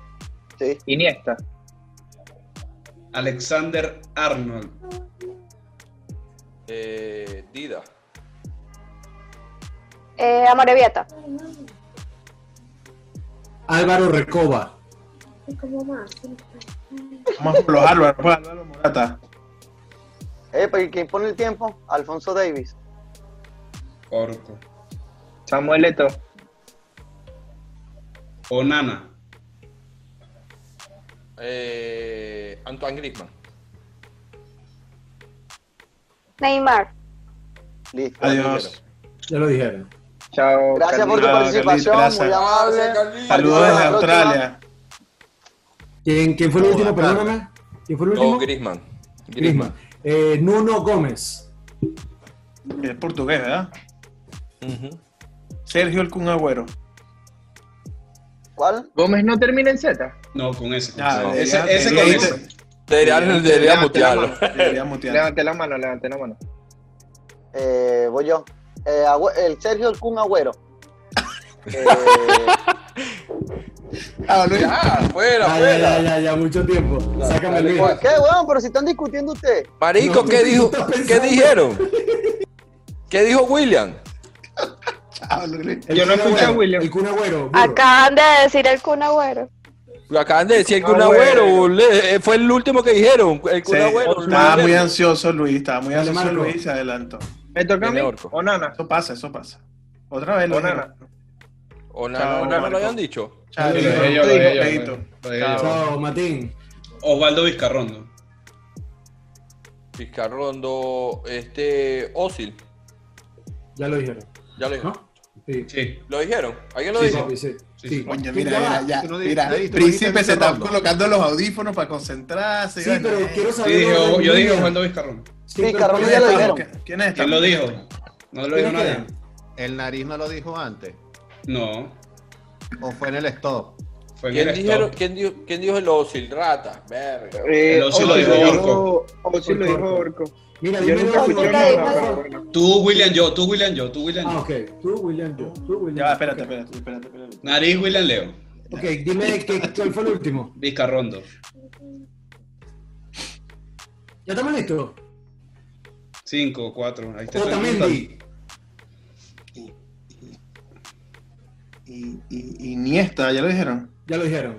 Sí. Iniesta. Alexander Arnold. Eh, Dida. Eh, Amorebieta. Álvaro Recoba. Vamos por los Álvaro. por Álvaro Morata. Eh, pero ¿y ¿quién pone el tiempo? Alfonso Davis. Orco. Samuel Leto. Onana. Eh, Antoine Griezmann. Neymar. Listo. Adiós. Ya lo dijeron. Chao. Gracias por tu Carlito, participación, Carlito, muy gracias. amable. Saludos Hasta desde la próxima. Australia. ¿Quién, quién fue el No, último? Carla. Perdóname. ¿Quién fue el último? No, Griezmann. Griezmann. Eh, Nuno Gómez. Es portugués, ¿verdad? Ujú. Sergio el Kun Agüero. ¿Cuál? Gómez no termina en Z. No, con ese. con Ah, ese debería- ese con debería- ese. Debería, debería- debería debería mutearlo. Debería mutearlo. Levanté la mano, levanté la mano. Eh, voy yo. Eh, Agüe- el Sergio el Kun Agüero. Eh, Ya, Ah, Ya, fuera, ya, fuera. ya, ya, ya, mucho tiempo. Sácame Luis. ¿Por pues, qué, weón? Pero si están discutiendo ustedes. Marico, No, ¿qué tú dijo? estás ¿Qué pensando. dijeron? ¿Qué dijo William? El Yo no Kun escuché a Agüero, William. El Kun Agüero. burro. Acaban de decir el Kun Agüero. Lo Acaban de decir que un Ah, agüero le- eh, fue el último que dijeron. El Sí, Kun Agüero, estaba Luis muy León. ansioso Luis, estaba muy Dale, ansioso Marco. Luis y se adelantó. ¿Me toca a mí? Tiene orco. O Nana. Eso pasa, eso pasa. Otra vez. O Luis. Nana. ¿O no, Chao, no, no me Marco. lo habían dicho? Chao, lo dije yo, lo dije yo, lo dije yo. Chao, Matín. Osvaldo Vizcarrondo. Vizcarrondo, este, Osil, Ya lo dijeron. ya lo dijeron. Sí. ¿Lo dijeron? ¿Alguien lo Sí, dijo? papi, sí. Sí. Coño, Tú mira, ya mira, vas, ya, tú no dijiste- mira, no dijiste Príncipe se está Vizcarrondo. colocando los audífonos para concentrarse. Sí, vaina. pero quiero saber Sí, el orden yo- yo de dije idea. Osvaldo Vizcarrondo. Sí, pero Vizcarrondo ¿quién ya lo está? dijeron. ¿Quién es? ¿Quién lo dijo? No lo dijo ¿Quién nadie. ¿El nariz no lo dijo antes? No. ¿O fue en el stop? Fue ¿Quién, dijeron, ¿quién, dijo, ¿Quién dijo el Osil? Rata, verga. Eh, Osil lo Osil dijo lo Orco. dijo- Osil lo dijo Orco. Mira, Yo dime nunca el escuché orden. hablar, Nunca pero dijo. bueno. Tú, William, yo, tú, William, yo, tú, William, Ah, yo. ok. Tú, William, yo. Tú, William. Ya, va, espérate, espérate, espérate, espérate. Nariz, William, Leo. Ok, dime qué- cuál fue el último. Vizcarrondo. ¿Ya estamos listos? Cinco, cuatro. Ahí te estoy Otamendi. Y, y, Iniesta, ya lo dijeron. Ya lo dijeron.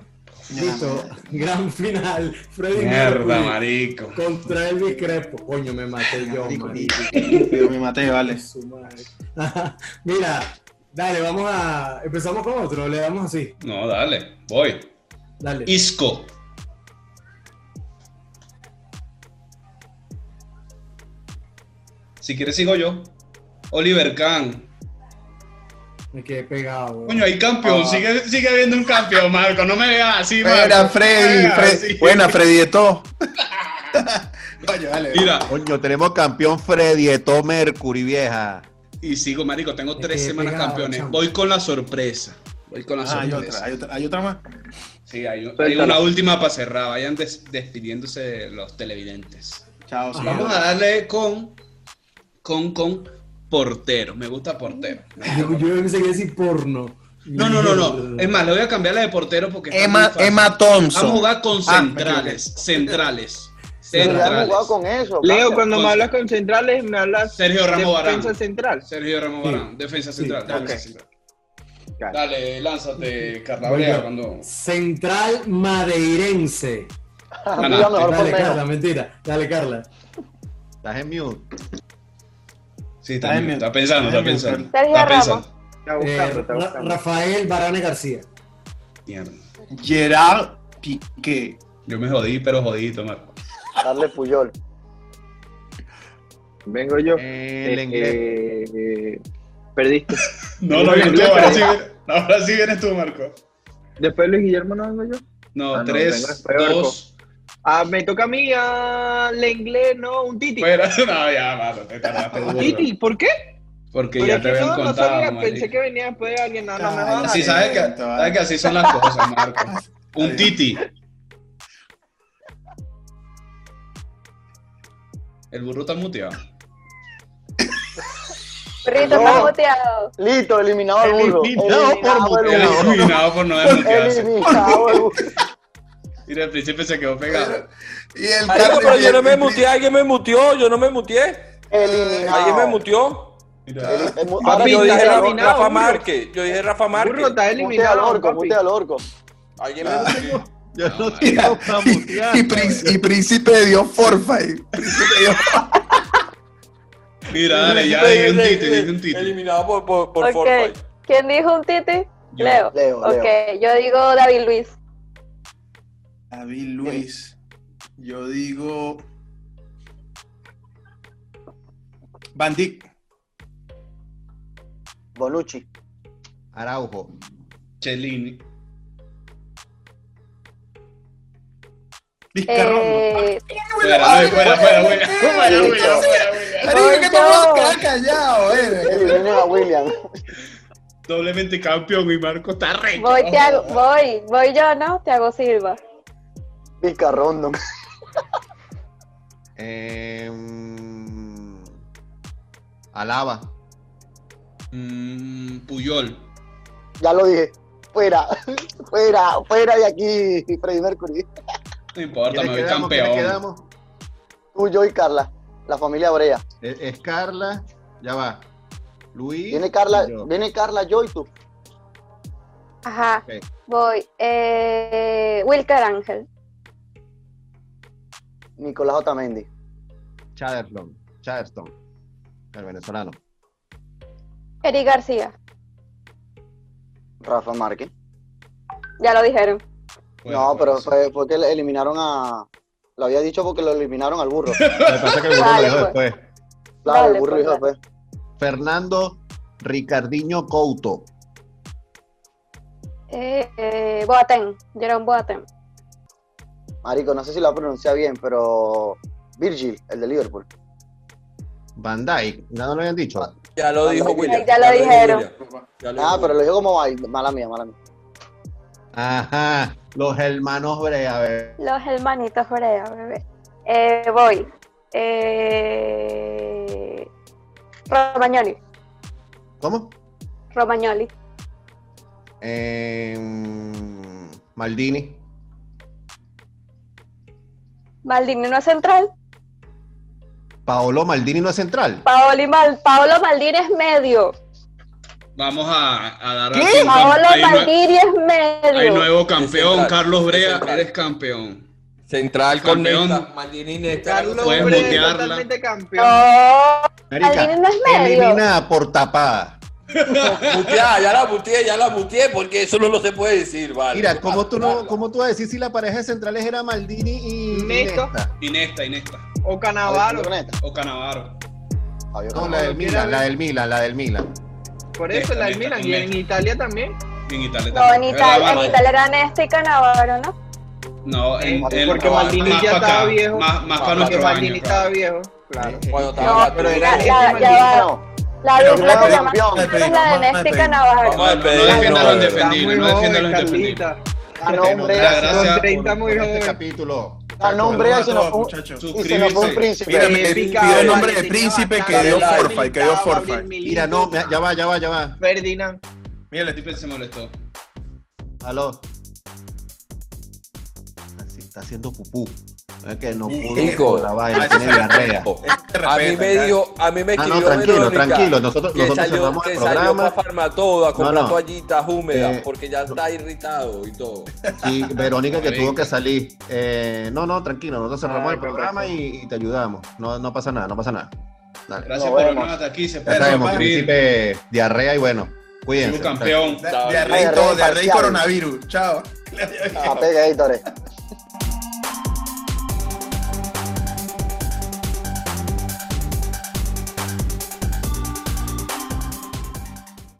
Listo. Gran final. Freddy Mierda, Mercury marico. Contra el discrepo. Coño, me maté yo, marico. Pero me maté, vale. Su madre. Mira, dale, vamos a. Empezamos con otro, le damos así. No, dale, voy. Dale. Isco. Si quieres sigo yo. Oliver Kahn. Me quedé pegado, weón. Coño, hay Ah. campeón. Sigue, sigue habiendo un campeón, Marco. No me veas así, Marco. Buena, No me Freddy. veas Fre- así. Buena, Freddy de todo. Coño, vale. Mira, Coño, tenemos campeón Freddy Eto Mercury, vieja. y sigo, Marico. Tengo Me tres quedé semanas pegado, campeones. chamo. Voy con la sorpresa. Voy con la Ah, hay sorpresa. otra, hay otra, hay otra más. Sí, hay, hay Suéltala. una última para cerrar. Vayan des- despidiéndose los televidentes. Chao, sí. Vamos a darle con, con, con portero. Me gusta portero. Yo, yo pensé que iba a decir porno. No, no, no, no. Es más, le voy a cambiar la de portero porque está muy Emma, fácil. Emma Vamos a Thompson. jugar con Ah, centrales, centrales, Pero ya Pero hemos centrales. jugado con eso. Leo, Vázquez. cuando me Osil. hablas con centrales, me hablas Sergio Ramos de defensa Barán. central. Sergio Ramos Sí. Barán, defensa Sí. central. defensa Ok. central. Claro. Dale, lánzate, Carlabrea, cuando. Central madeirense. Mira, mejor por Dale, menos. Carla, mentira. Dale, Carla. Estás en mute. Sí, Está está, en está mute. pensando, Está está en pensando. mute, Sergio Está Ramos. pensando. Está Eh, buscando, está Ra- buscando. Rafael Barane García. Mierda. Gerard Piqué. Yo me jodí, pero jodidito, Marco. Darle Puyol. Vengo yo. El Eh, inglés. eh, perdiste. No, no, yo tú, ahora sí, vienes- ahora sí vienes tú, Marco. Después Luis Guillermo no vengo No, yo. Ah, no, vengo tres, después, Marco. dos. Ah, me toca a mí, a Lenglet, no, un Titi. Fuera. No, ya, Marco, te tardaste ¿Un burro. Titi, ¿por qué? Porque Pero ya es te que habían no, no contado. sabía, marico. pensé que venía después de alguien, no, no me Ay, jodas. Sí, sabes que, sabes que así son las cosas, Marco. Un Adiós. titi. El burro está muteado. Rito está muteado. Listo, eliminado al burro. Eliminado por el Era burro. eliminado por no desmutearse. Eliminado el burro. Mira, al principio se quedó pegado. Y el Marico, y pero Ah, yo el- no me muteé, alguien me muteó, yo no me muteé. Alguien me Ah. Eliminado. muteó. Mira, El mu- Ahora yo está dije Ra- eliminado, Rafa burro. Márquez, yo dije Rafa Burro Márquez. está Mutea al eliminado, orco, papi. mutea al orco. Alguien me muteó. Yo Ah, no vale. quiero para mutear. y, príncipe, y príncipe de Dios Forfait. Príncipe de Dios. mira, dale, ya dije un titi, dije un titi. Eliminado por, por, por Ok. Fortnite. ¿Quién dijo un titi? Yo. Leo. Leo, Ok, Leo. yo digo David Luis. David Luis. Yo digo. Van Dijk. Bonucci. Araujo. Chelini. Vizcarrondo. Eh, Fuera, fuera, fuera, fuera. Fuera, fuera, fuera. Marico, que todo el mundo se queda callado, eh. Eliminen a William. Doblemente campeón y Marco está re. voy, Thiago- voy, voy yo, ¿no? Tiago Silva. Picarrondo. Eh, mm, Alaba. Mm, Puyol. Ya lo dije. Fuera, fuera, fuera de aquí, Freddy Mercury. No importa, me ¿Quiénes voy quedamos? ¿Quiénes campeón. quedamos? Tú, yo y Carla. La familia Brea. Es, es Carla. E, Ya va. Luis. Viene Carla, y yo. viene Carla, yo y tú. Ajá, Ok. voy. Eh, Wilker Ángel. Nicolás Otamendi. Charleston. Charleston. El venezolano. Eric García. Rafa Márquez. Ya lo dijeron. no, pero fue porque le eliminaron a. Lo había dicho porque lo eliminaron al burro. Me parece que el burro Dale, lo dijo pues. después. Claro, Dale, el burro pues, dijo, pues. Fernando Ricardiño Couto. Eh, eh, Boateng, Jerome Boateng. Marico, no sé si lo pronuncia bien, pero. Virgil, el de Liverpool. Van Dyke. Ya no lo habían dicho. Ya lo dijo William. Ya lo dijo dijeron. William. Ya lo Ah, dijo pero lo dijo como ay, mala mía, mala mía. Ajá. Los hermanos Brea. a ver. Los hermanitos Brea, bebé. Eh, voy. Eh, Romagnoli. ¿Cómo? Romagnoli. Em, Maldini. Maldini no es central. Paolo Maldini no es central. Paoli Mal, Paolo Maldini es medio. Vamos a, a dar ¿Qué? aquí un cam- Paolo hay nue- Maldini es hay medio. nuevo campeón, central, Carlos es Brea, central. eres campeón. Central con Campeón. Nesta, Maldini y Nesta. Carlos Puedes Brea es mutearla. totalmente campeón. No, Marica, Maldini no es medio. elimina por tapada. Muteá, ya la muteé, ya la muteé, porque eso no lo se puede decir, vale. Mira, ¿cómo tú, no, Vale. ¿cómo tú vas a decir si la pareja de centrales era Maldini y y Neto. Nesta? Inesta, Inesta. O A Canavaro. ver, neta. O Canavaro. Fabio No, Cannavaro. la del Milan, la del Milan, la del Milan. Por eso en la del Nesta, Milan Nesta, y en Nesta. Italia también. Y En Italia No, en también. Italia, ¿Verdad, en Manu? Italia era Nesta y este Canavaro, ¿no? No, en, en- Porque más- Maldini más ya pa' estaba acá, viejo. Más, más para Porque nuestro Maldini año. estaba claro. viejo. Claro. Cuando No, estaba pero tú- era- Ya, ya, ya va. No, La Yo dupla creo que que llamaste campeón. es la de Nesta y Canavaro. Vamos a No despedirnos, defienda lo brother. indefendible, no defienda lo indefendible. Carlita. Ganó Bueno, hombre, gracias. ganó Con por- 30 muy Por este joven. capítulo. hombre, Saludos a se nos todos, fue- y muchachos. se nos fue un Suscribirse. príncipe. Mira, Bien me- picado, pide el nombre de Valentín, príncipe ya que va, dio ya va, forfait, que dio pintado, forfait. Gabriel Milito. Mira, no, ya va, ya va, ya va. Ferdinand. Mira, le- Stephen se molestó. Aló. Así está haciendo pupú. Es que no pudo Chico. con la vaina, tiene diarrea. A mí me dio, a mí me Ah, escribió no, tranquilo, Verónica tranquilo. Nosotros, que nosotros salió, cerramos que el salió para programa. Farmatodo a comprar No, no. toallitas húmedas Eh, porque ya está irritado y todo. Y Verónica que Marica. tuvo que salir. Eh, no, no, tranquilo. Nosotros cerramos Ay, el programa y, y te ayudamos. No, no pasa nada, no pasa nada. Dale. Gracias Nos por vemos. vernos hasta aquí. Se Ya puede sabemos, suscribir. príncipe diarrea y bueno. Su Cuídense. campeón. diarrea y todo, diarrea y coronavirus. Chao. Ah, Papel Gatorade.